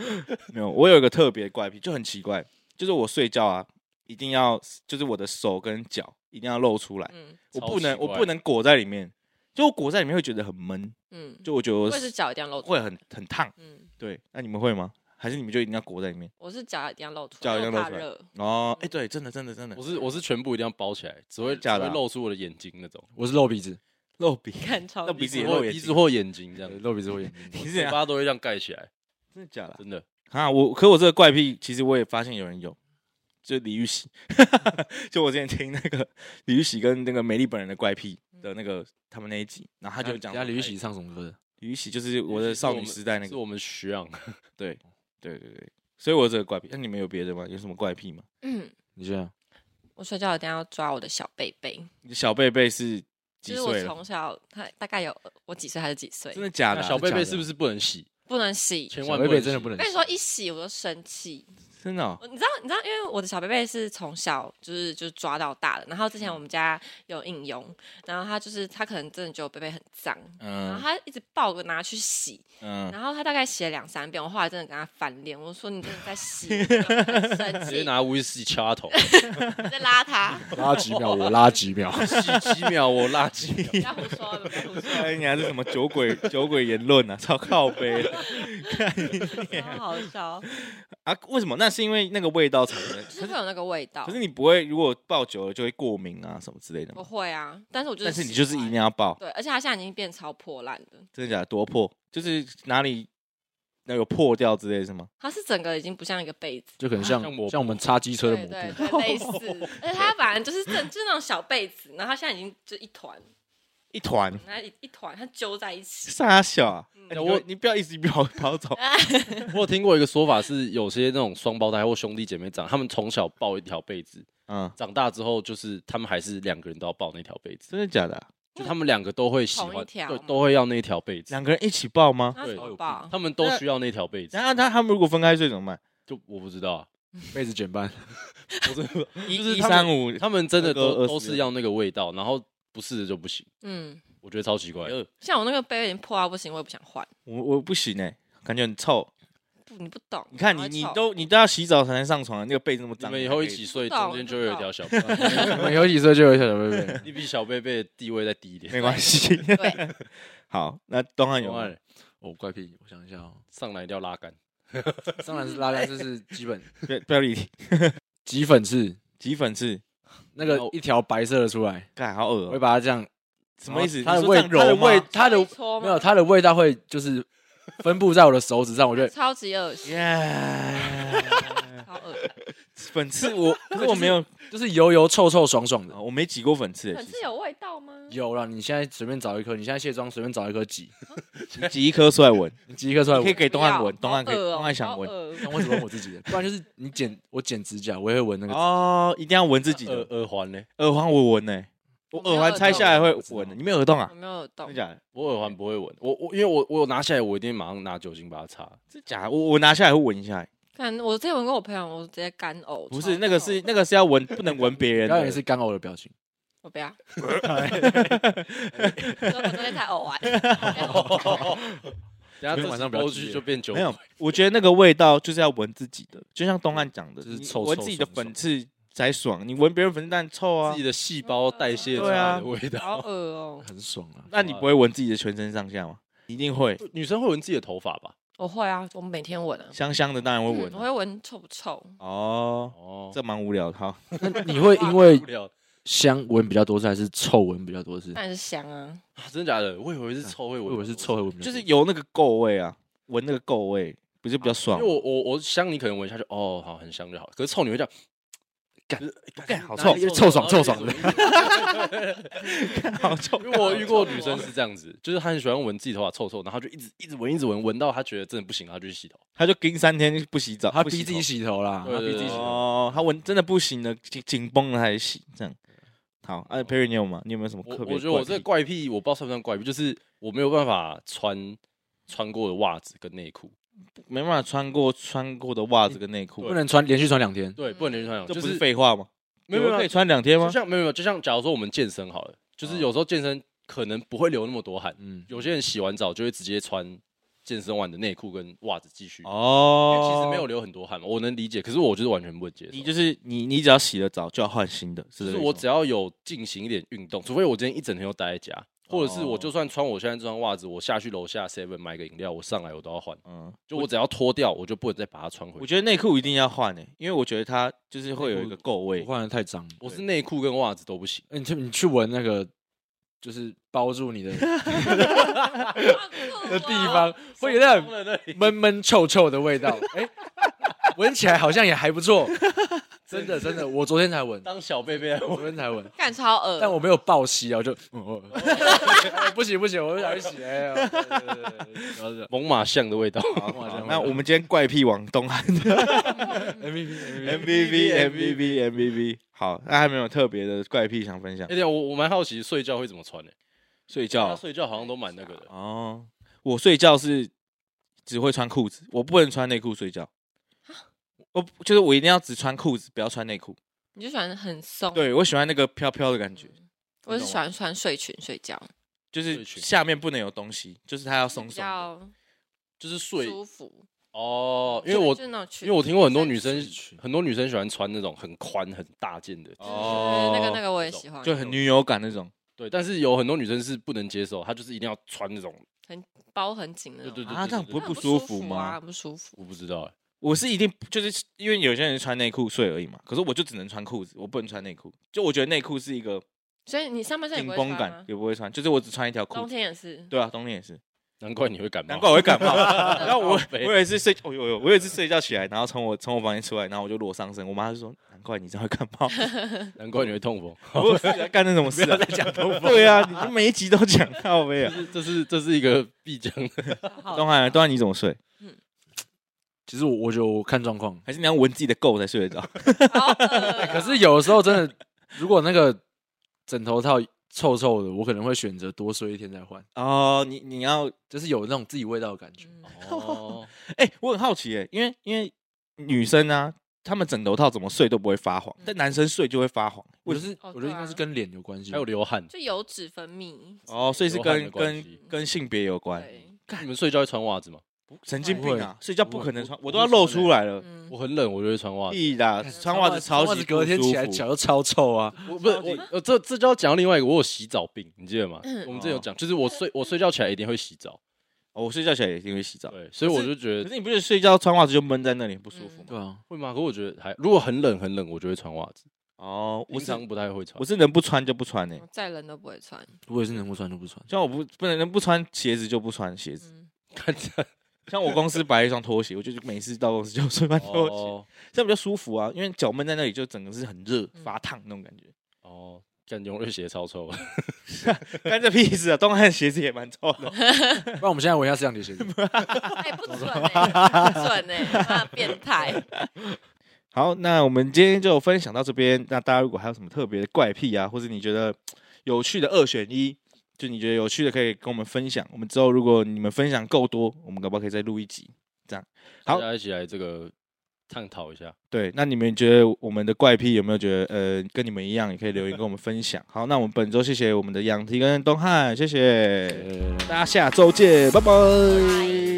Speaker 1: <laughs> 没有，我有一个特别的怪癖，就很奇怪，就是我睡觉啊，一定要就是我的手跟脚一定要露出来，
Speaker 2: 嗯
Speaker 1: 我
Speaker 3: 超
Speaker 1: 不能
Speaker 3: 奇
Speaker 1: 我
Speaker 3: 怪
Speaker 1: 不能裹在里面，就我裹在里面会觉得很闷，
Speaker 2: 嗯，
Speaker 1: 就我觉得我
Speaker 2: 我也是脚一定要露出来，
Speaker 1: 会很很烫。
Speaker 2: 嗯，
Speaker 1: 对，那你们会吗？还是你们就一定要裹在里面？
Speaker 2: 我是脚一定要露出来，
Speaker 1: 脚一定
Speaker 2: 因为
Speaker 1: 要露
Speaker 2: 我怕
Speaker 1: 出来
Speaker 2: 热，
Speaker 1: 哦，哎、对，真的真的真的
Speaker 3: 我，是我是全部一定要包起来，只会
Speaker 1: 假的啊
Speaker 3: 只会露出我的眼睛那种，
Speaker 4: 我是露鼻子，
Speaker 1: 露鼻，
Speaker 2: 看超
Speaker 1: 那鼻
Speaker 2: 级
Speaker 1: 子也
Speaker 3: 我
Speaker 1: 露
Speaker 3: 的
Speaker 1: 眼
Speaker 3: 鼻
Speaker 1: 睛
Speaker 3: 子，或眼睛这
Speaker 4: 对
Speaker 3: 样，
Speaker 4: 露鼻子会眼睛。
Speaker 1: 你是这
Speaker 3: 嘴
Speaker 1: 样？
Speaker 3: 巴都会这样盖起来，
Speaker 1: <laughs> 真的假的？
Speaker 3: 真的。
Speaker 1: 啊，我可我这个怪癖，其实我也发现有人有，就李玉玺， <laughs> 就我之前听那个李玉玺跟那个美丽本人的怪癖的那个他们那一集，然后他就讲
Speaker 4: 家
Speaker 1: 说
Speaker 4: 啊李玉
Speaker 1: 哎
Speaker 4: 玺唱什么歌的？
Speaker 1: 李玉玺就是我的少女时代那
Speaker 3: 是
Speaker 1: 个，
Speaker 3: 我们学长，
Speaker 1: 对对对，所以我有这个怪癖。那你们有别的吗？有什么怪癖吗？
Speaker 2: 嗯，
Speaker 4: 你这样，
Speaker 2: 我睡觉一定要抓我的小贝贝，
Speaker 1: 你的小贝贝是几
Speaker 2: 就是我
Speaker 1: 岁了？
Speaker 2: 从小他大概有我几岁还是几岁
Speaker 1: 真，的假的
Speaker 3: 那
Speaker 1: 啊？
Speaker 3: 小贝
Speaker 4: 假
Speaker 3: 贝
Speaker 4: 的
Speaker 3: 是不是不能洗？
Speaker 2: 不能洗。
Speaker 3: 千
Speaker 4: 小
Speaker 3: 万
Speaker 4: 贝
Speaker 3: 不
Speaker 4: 贝
Speaker 3: 能
Speaker 4: 真的
Speaker 3: 洗
Speaker 4: 不能
Speaker 2: 我跟你说，一洗我就生气，
Speaker 1: 真的哦
Speaker 2: 我你知道，你知道，因为我的小贝贝是从小就是就是抓到大的，然后之
Speaker 1: 嗯
Speaker 2: 前我们家有应用，然后他就是他可能真的觉得我贝贝很脏，然后
Speaker 1: 嗯
Speaker 2: 他一直抱着拿去洗，
Speaker 1: 嗯，
Speaker 2: 然后他大概洗了两三遍，我后来真的跟他翻脸，我说你真的
Speaker 1: <laughs>
Speaker 2: 在洗，我很生
Speaker 3: 直接
Speaker 2: 气，
Speaker 3: 拿威士忌敲他头，
Speaker 2: 你在
Speaker 1: <laughs>
Speaker 2: 拉他，
Speaker 4: 拉几秒我拉几秒，
Speaker 3: 洗几秒我拉几秒，
Speaker 2: 不要胡说，不要
Speaker 1: <laughs>
Speaker 2: 胡说，
Speaker 1: 哎，你还是什么酒鬼酒鬼言论啊，超靠背的
Speaker 2: 超好笑，
Speaker 1: 啊？为什么？那是因为那个味道产生的。
Speaker 2: 就是会有那个味道
Speaker 1: 可，是你不会，如果爆久了就会过敏啊什么之类的
Speaker 2: 不
Speaker 1: 吗？
Speaker 2: 会啊，但是我就是，
Speaker 1: 但是你就是一定。要爆，
Speaker 2: 对，而且他现在已经变超破烂的，
Speaker 1: 真的假的？多破？就是哪里那有破掉之类是吗？
Speaker 2: 他是整个已经不像一个被子，
Speaker 4: 就可
Speaker 1: <laughs>
Speaker 4: 能像
Speaker 3: 像抹布
Speaker 4: 像我们擦机车的
Speaker 2: 对
Speaker 4: 抹
Speaker 2: 对
Speaker 4: 布，
Speaker 2: 对，类似。而且它反正就是正就是那种小被子，然后它现在已经就一团，
Speaker 1: 一团
Speaker 2: 然后一一团它揪在一起。
Speaker 1: 傻小啊！
Speaker 2: 嗯啊
Speaker 1: 哎你我你不要一直跑跑
Speaker 2: <laughs>
Speaker 1: 走，
Speaker 3: 我有听过一个说法是，有些那种双胞胎或兄弟姐妹长，他们从小抱一条被子，
Speaker 1: 嗯，
Speaker 3: 长大之后就是他们还是两个人都要抱那条被子，
Speaker 1: 真的假的啊？
Speaker 3: 就他们两个都会喜
Speaker 2: 同
Speaker 3: 欢，
Speaker 2: 一条
Speaker 3: 对
Speaker 2: 吗，
Speaker 3: 都会要那条被子，
Speaker 1: 两个人一起爆
Speaker 2: <laughs>
Speaker 1: 吗？
Speaker 2: 那
Speaker 3: 对
Speaker 2: 怎么办？
Speaker 3: 他们都需要那条被子
Speaker 1: 然。后他他们如果分开睡怎么
Speaker 2: <laughs>
Speaker 1: 办？
Speaker 3: 就我不知道啊，
Speaker 4: 被子减半， <laughs>
Speaker 3: 我真的不知道就是
Speaker 1: 一
Speaker 3: 他
Speaker 1: 三
Speaker 3: 们
Speaker 1: 五，
Speaker 3: 他们真的
Speaker 1: 二哥
Speaker 3: 都
Speaker 1: 二十
Speaker 3: 都是要那个味道，然后不是的就不行，
Speaker 2: 嗯，
Speaker 3: 我觉得超奇怪。
Speaker 1: 呃
Speaker 2: 像我那个杯已经破到不行，我也不想换。
Speaker 1: 我我不行哎，感觉很臭。
Speaker 2: 不，你不懂。
Speaker 1: 你看
Speaker 2: 哪
Speaker 1: 你
Speaker 2: 会
Speaker 1: 你
Speaker 2: 臭
Speaker 1: 都你都要洗澡才能上床，那个被子那么
Speaker 3: 你
Speaker 1: 脏。
Speaker 3: 们以后一起睡，
Speaker 2: 不懂
Speaker 3: 中间就会有一条小被，
Speaker 4: <laughs> 我们有几岁就有小小
Speaker 1: <laughs>
Speaker 4: 贝贝，
Speaker 3: 你比小贝贝的地位再低一点。
Speaker 1: 没关系。
Speaker 2: 对，
Speaker 1: <laughs> 好，那东汉有
Speaker 3: 有
Speaker 1: 吗
Speaker 3: 啊，
Speaker 4: 哦，怪癖，我想一下哦，
Speaker 3: 上来一定要拉杆，
Speaker 4: 当然是拉拉，这是基
Speaker 1: <laughs>
Speaker 4: 本
Speaker 1: 不要不要理你。
Speaker 4: 挤粉刺，
Speaker 1: 挤粉刺，
Speaker 4: 那个一条白色的出来，
Speaker 1: 干好恶
Speaker 4: 我会
Speaker 1: 哦，
Speaker 4: 把它这样，
Speaker 1: 什么意思？
Speaker 4: 它的
Speaker 1: 你说这
Speaker 4: 味，
Speaker 1: 样揉
Speaker 4: 它的
Speaker 1: 吗
Speaker 4: 味，它的
Speaker 2: 没错
Speaker 4: 没
Speaker 2: 吗
Speaker 4: 有，它的味道会就是分布在我的手指上，我就 <laughs>
Speaker 2: 超级恶心，
Speaker 1: 耶，
Speaker 2: 超恶心。
Speaker 1: 粉刺我可是我没有，
Speaker 4: 就是油油臭臭爽爽的。
Speaker 1: 我没挤过粉刺，欸
Speaker 2: 粉刺有味道吗？
Speaker 4: 有了，你现在随便找一颗，你现在卸妆随便找一颗挤，
Speaker 1: 其实挤一颗出来闻，
Speaker 4: 你挤一颗出来
Speaker 1: 你可以
Speaker 4: 闻。
Speaker 1: 给东汉闻，
Speaker 2: 不
Speaker 1: 东
Speaker 2: 要
Speaker 1: 汉可以，
Speaker 2: 好恶哦
Speaker 1: 东汉想闻
Speaker 2: 好恶
Speaker 4: 但为什么我自己的？不然就是你剪我剪指甲，我也会闻那个。
Speaker 1: 哦，一定要闻自己
Speaker 3: 耳
Speaker 1: 的
Speaker 3: 耳环呢？
Speaker 4: 呃
Speaker 1: 耳环，我闻呢，我
Speaker 2: 我没有
Speaker 1: 耳环拆下来会
Speaker 4: 耳洞
Speaker 1: 闻的，你没有耳洞啊
Speaker 2: 我？没有
Speaker 1: 真
Speaker 2: 懂
Speaker 1: 的。假的？
Speaker 3: 我耳环不会闻，我我因为我我有拿下来，我一定马上拿酒精把它擦。
Speaker 1: 真假的？我我拿下来会闻一下，欸
Speaker 2: 看，我之前闻过我朋友，我直接干呕。
Speaker 1: 不
Speaker 2: 超
Speaker 1: 是那个
Speaker 2: 臭
Speaker 1: <laughs> 是，那个是要闻，不能闻别人
Speaker 4: 表演
Speaker 1: 的。
Speaker 4: 是干呕的表情，
Speaker 2: 我不要。 <laughs> 所以我昨天才呕完。
Speaker 1: <laughs>
Speaker 3: 等下这
Speaker 4: 昨天晚
Speaker 3: 晚
Speaker 4: 上
Speaker 3: 上
Speaker 4: 不要
Speaker 3: 过
Speaker 4: 激
Speaker 3: 去
Speaker 4: 烈
Speaker 3: 就变酒
Speaker 1: 没。有，我觉得那个味道就是要闻自己的，就像东汉讲的，
Speaker 4: 就是
Speaker 1: 你
Speaker 4: 臭
Speaker 1: 闻
Speaker 4: 臭
Speaker 1: 自己的
Speaker 4: 爽爽
Speaker 1: 粉刺才爽，你闻别人粉刺当然臭啊
Speaker 3: 自己。的细胞代谢出
Speaker 1: 对啊
Speaker 3: 来的味道。
Speaker 2: 好恶哦、
Speaker 4: 很爽啊！
Speaker 1: 那你不会闻自己的全身上下吗？一定会，
Speaker 3: 女生会闻自己的头发吧？
Speaker 2: 我会啊，我每天闻啊，
Speaker 1: 香香的当然会闻
Speaker 2: 嗯我
Speaker 1: 啊、
Speaker 2: 会闻臭不臭？
Speaker 1: 哦，
Speaker 3: 哦，
Speaker 1: 这蛮无聊的。好，
Speaker 4: <laughs> 那你会因为
Speaker 3: 无聊啊！
Speaker 4: 香闻比较多次，还是臭闻比较多次？
Speaker 2: 当然是香啊，
Speaker 3: 真的假的？我以为是臭味，
Speaker 4: 我以为是臭，闻比较多次，
Speaker 1: 就是有那个垢味啊，闻那个垢味不是比较
Speaker 3: 因
Speaker 1: 爽 <laughs>
Speaker 3: 为？我我我香，你可能闻一下就哦，好很香就好。可是臭你会这样，
Speaker 1: 干好
Speaker 4: 哪
Speaker 1: 臭
Speaker 4: 里，臭爽臭爽的。
Speaker 1: 好臭！
Speaker 3: 因为我遇过女生是这样子，就是她很喜欢闻自己头发臭臭，然后就一直一直闻一直闻，闻到她觉得真的不行，然后就去洗头。
Speaker 1: 他就盯三天不洗澡，
Speaker 4: 他
Speaker 1: 不
Speaker 4: 逼
Speaker 1: 洗
Speaker 4: 自己
Speaker 1: 头
Speaker 4: 洗头啦，
Speaker 3: 对
Speaker 4: 他逼
Speaker 3: 对
Speaker 4: 自己洗头。
Speaker 1: 哦，他闻真的不行了，紧紧绷了还洗这样。好，哎、啊、，Perry，你有吗？你有没有什么
Speaker 3: 我
Speaker 1: 特别？
Speaker 3: 我觉得我这个，怪癖，我不知道算不算怪癖，就是我没有办法穿穿过的袜子跟内裤，
Speaker 1: 没办法穿过穿过的袜子跟内裤
Speaker 4: 不，能穿连续穿两天，
Speaker 3: 对，不能连续穿
Speaker 1: 嗯
Speaker 3: 两
Speaker 1: 这
Speaker 3: 条，
Speaker 1: 不
Speaker 3: 就是是
Speaker 1: 废话吗？
Speaker 3: 没
Speaker 1: 有
Speaker 3: 有没
Speaker 1: 人
Speaker 3: 有
Speaker 1: 可以穿两天
Speaker 3: 就
Speaker 1: 吗？嗯
Speaker 3: 像没有没有，就像假如说我们健身好了，就是有时候健身可能不会流那么多汗，
Speaker 4: 嗯，
Speaker 3: 有些人洗完澡就会直接穿健身完的内裤跟袜子继续，因为
Speaker 1: 哦，
Speaker 3: 其实没有，流很多汗嘛，我能理解，可是我就是完全不会接受。
Speaker 1: 你就是你，你只要洗了澡就要换新的，是
Speaker 3: 就
Speaker 1: 这
Speaker 3: 是
Speaker 1: 个
Speaker 3: 我
Speaker 1: 意思
Speaker 3: 只要有进行一点运动，除非我今天一整天都待在家，或者是
Speaker 1: 哦
Speaker 3: 我就算穿我现在这双袜子，我下去楼下 Seven 买个饮料，我上来我都要换。
Speaker 1: 吗嗯，
Speaker 3: 就我只要脱掉，我就不能再把它穿回
Speaker 1: 我
Speaker 3: 去。
Speaker 1: 觉得内裤一定要换诶、因为我觉得它就是会有一个垢味
Speaker 4: 我。换的太脏。
Speaker 3: 我是内裤跟袜子都不行，
Speaker 4: 哎，你去你去闻那个，就是包住你的的
Speaker 2: 的
Speaker 4: 地方，会有那种
Speaker 3: 真
Speaker 4: 闷闷臭臭的味道。哎，闻起来好像也还不错，真的真的，我昨天才闻，
Speaker 3: 当小贝贝，
Speaker 4: 我
Speaker 3: 我
Speaker 4: 昨天才闻，
Speaker 2: 干超恶，
Speaker 4: 但我没有爆吸啊，我就嗯哦哎不行不行，我不想去洗。哎呀，对对对对对然后就
Speaker 3: <laughs> 猛犸象的味道。 <laughs>
Speaker 1: 好
Speaker 4: 哇这样
Speaker 1: 那我们今天怪癖往东汉
Speaker 4: MVP
Speaker 1: MVP MVP MVP，好，那还有没有特别的怪癖想分享
Speaker 3: 哎，？等一下我我蛮好奇睡觉会怎么穿呢？欸
Speaker 1: 睡
Speaker 3: 大家
Speaker 1: 觉
Speaker 3: 睡觉好像都蛮那个的，
Speaker 1: 哦，
Speaker 3: 啊
Speaker 1: 我睡觉是只会穿裤子，我不能穿内裤睡觉。我就是我一定要只穿裤子，不要穿内裤。
Speaker 2: 你就喜欢很
Speaker 3: 哦
Speaker 2: 松，
Speaker 1: 对我喜欢那个飘飘的感觉，
Speaker 2: 我是喜欢穿睡裙睡觉，
Speaker 1: 就是
Speaker 3: 睡裙
Speaker 1: 下面不能有东西，就是它要松
Speaker 2: 比
Speaker 1: 松的。
Speaker 2: 较
Speaker 3: 就是睡
Speaker 2: 舒服。
Speaker 3: 哦，因为我
Speaker 2: 就是那种
Speaker 3: 因
Speaker 2: 裙
Speaker 3: 为我听过很多女
Speaker 2: 就是
Speaker 3: 生
Speaker 4: 裙，
Speaker 3: 很多女生喜欢穿那种很宽很大件的，
Speaker 1: 哦
Speaker 2: 那个那个我也喜欢，
Speaker 1: 就很女友感那种，
Speaker 3: 对，但是有很多女生是不能接受，她就是一定要穿那种，
Speaker 2: 包很紧的那种，
Speaker 3: 对对
Speaker 1: 啊，这样
Speaker 3: 对
Speaker 1: 不会
Speaker 2: 那
Speaker 1: 不
Speaker 2: 很
Speaker 1: 舒
Speaker 2: 服
Speaker 1: 服
Speaker 2: 啊
Speaker 1: 吗？
Speaker 2: 很不舒服。
Speaker 3: 我不知道哎、
Speaker 1: 我是一定就是因为有些人穿内裤睡而已嘛，可是我就只能穿裤子，我不能穿内裤。就我觉得内裤是一个
Speaker 2: 所以你上半身也
Speaker 1: 紧
Speaker 2: 不会
Speaker 1: 绷
Speaker 2: 穿
Speaker 1: 感
Speaker 2: 吗，？
Speaker 1: 也不会穿，就是我只穿一条裤
Speaker 2: 冬
Speaker 1: 子。
Speaker 2: 天也是，
Speaker 1: 对啊，冬天也是，
Speaker 3: 难怪你会感冒，
Speaker 1: 难怪我会 <laughs> 感冒。然后我
Speaker 3: 靠
Speaker 1: 我
Speaker 3: 北
Speaker 1: 有一次睡，我有有我有一次睡觉起来，然后从我从我房间出来，然后我就裸上身，我妈就说：“难怪你这样会感 <laughs> 冒。”
Speaker 3: 难怪你会痛风， <laughs>
Speaker 1: 我有在干那种事啊！在讲对啊，你就每一集都讲到没 <laughs> 有？
Speaker 3: 这这是这是一个必讲的，
Speaker 2: 好
Speaker 1: 东汉，啊东汉你怎么睡？
Speaker 4: 其实我我觉得我看状况，
Speaker 1: 还是你要闻自己的垢才睡得着？
Speaker 2: 好恶啊
Speaker 4: 可是有时候真的，如果那个枕头套臭臭的，我可能会选择多睡一天再换，
Speaker 1: 哦，你你要
Speaker 4: 就是有那种自己味道的感觉。
Speaker 2: 嗯
Speaker 3: 哦，
Speaker 1: 哎、我很好奇哎、因为因为女生啊，她们枕头套怎么睡都不会发黄，但男生睡就会发黄。为
Speaker 4: 我就
Speaker 1: 什么？
Speaker 4: 是
Speaker 2: 哦
Speaker 4: 我觉得应该
Speaker 2: 对啊
Speaker 4: 是跟脸有关系吧，
Speaker 3: <laughs> 还有流汗，
Speaker 2: 就油脂分泌，
Speaker 1: 哦，所以是
Speaker 3: 流汗
Speaker 1: 跟
Speaker 3: 的关
Speaker 1: 跟
Speaker 3: 系
Speaker 1: 跟性别有关。
Speaker 2: 对，
Speaker 3: 你们睡觉会穿袜子吗？
Speaker 1: 神经病啊！睡觉不可能穿，
Speaker 4: 不会
Speaker 1: 我都要露出来了。
Speaker 2: 嗯，
Speaker 3: 我很冷，我就会穿袜子。
Speaker 1: 屁啦，穿袜子超级
Speaker 4: 隔天
Speaker 1: 不舒
Speaker 4: 起来
Speaker 1: 服
Speaker 4: 脚又超臭啊！
Speaker 3: 我不是我，呃这这就要讲到另外一个，我有洗澡病，你记得吗
Speaker 2: 嗯？
Speaker 3: 我们之前有讲，就是我睡我睡觉起来一定会洗澡，
Speaker 1: 哦我睡觉起来也因为洗澡。
Speaker 3: 对，所以我就觉
Speaker 1: 可
Speaker 3: 得
Speaker 1: 是你不觉得睡觉穿袜子就闷在那里很不舒服吗？
Speaker 4: 对啊，
Speaker 3: 会吗？可我觉得还如果很冷很冷，我就会穿袜子，
Speaker 1: 哦，我
Speaker 3: 平
Speaker 1: 是
Speaker 3: 常不太会穿
Speaker 1: 我。是能不穿就不穿呢、
Speaker 2: 我再冷都不会穿，
Speaker 4: 我也是能不穿就不穿。
Speaker 1: 像我不不能能不穿鞋子就不穿鞋子，
Speaker 2: 嗯，
Speaker 3: 看起来
Speaker 1: 像我公司摆了一双拖鞋，我就每次到公司就穿拖鞋，
Speaker 3: 哦
Speaker 1: 这样比较舒服啊，因为脚闷在那里就整个是很热
Speaker 2: 嗯
Speaker 1: 发烫那种感觉， <laughs>
Speaker 3: 哦，干永瑞鞋超臭，
Speaker 1: 干这屁事啊！东汉鞋子也蛮臭的，
Speaker 4: <laughs>
Speaker 1: <laughs>
Speaker 4: 不然我们现在闻一下这样的 <laughs> 鞋子。
Speaker 2: 哎，不准哎，不准哎，妈变态，
Speaker 1: 好，那我们今天就分享到这边。那大家如果还有什么特别的怪癖啊，或者你觉得有趣的二选一，就你觉得有趣的可以跟我们分享。我们之后如果你们分享够多，我们搞不好可以再录一集。好
Speaker 3: 大家一起来这个探讨一下。
Speaker 1: 对，那你们觉得我们的怪癖有没有觉得呃跟你们一样，也可以留言跟我们分享。好，那我们本周谢谢我们的杨迪跟东汉，谢谢大家，下周见，拜拜。
Speaker 2: 拜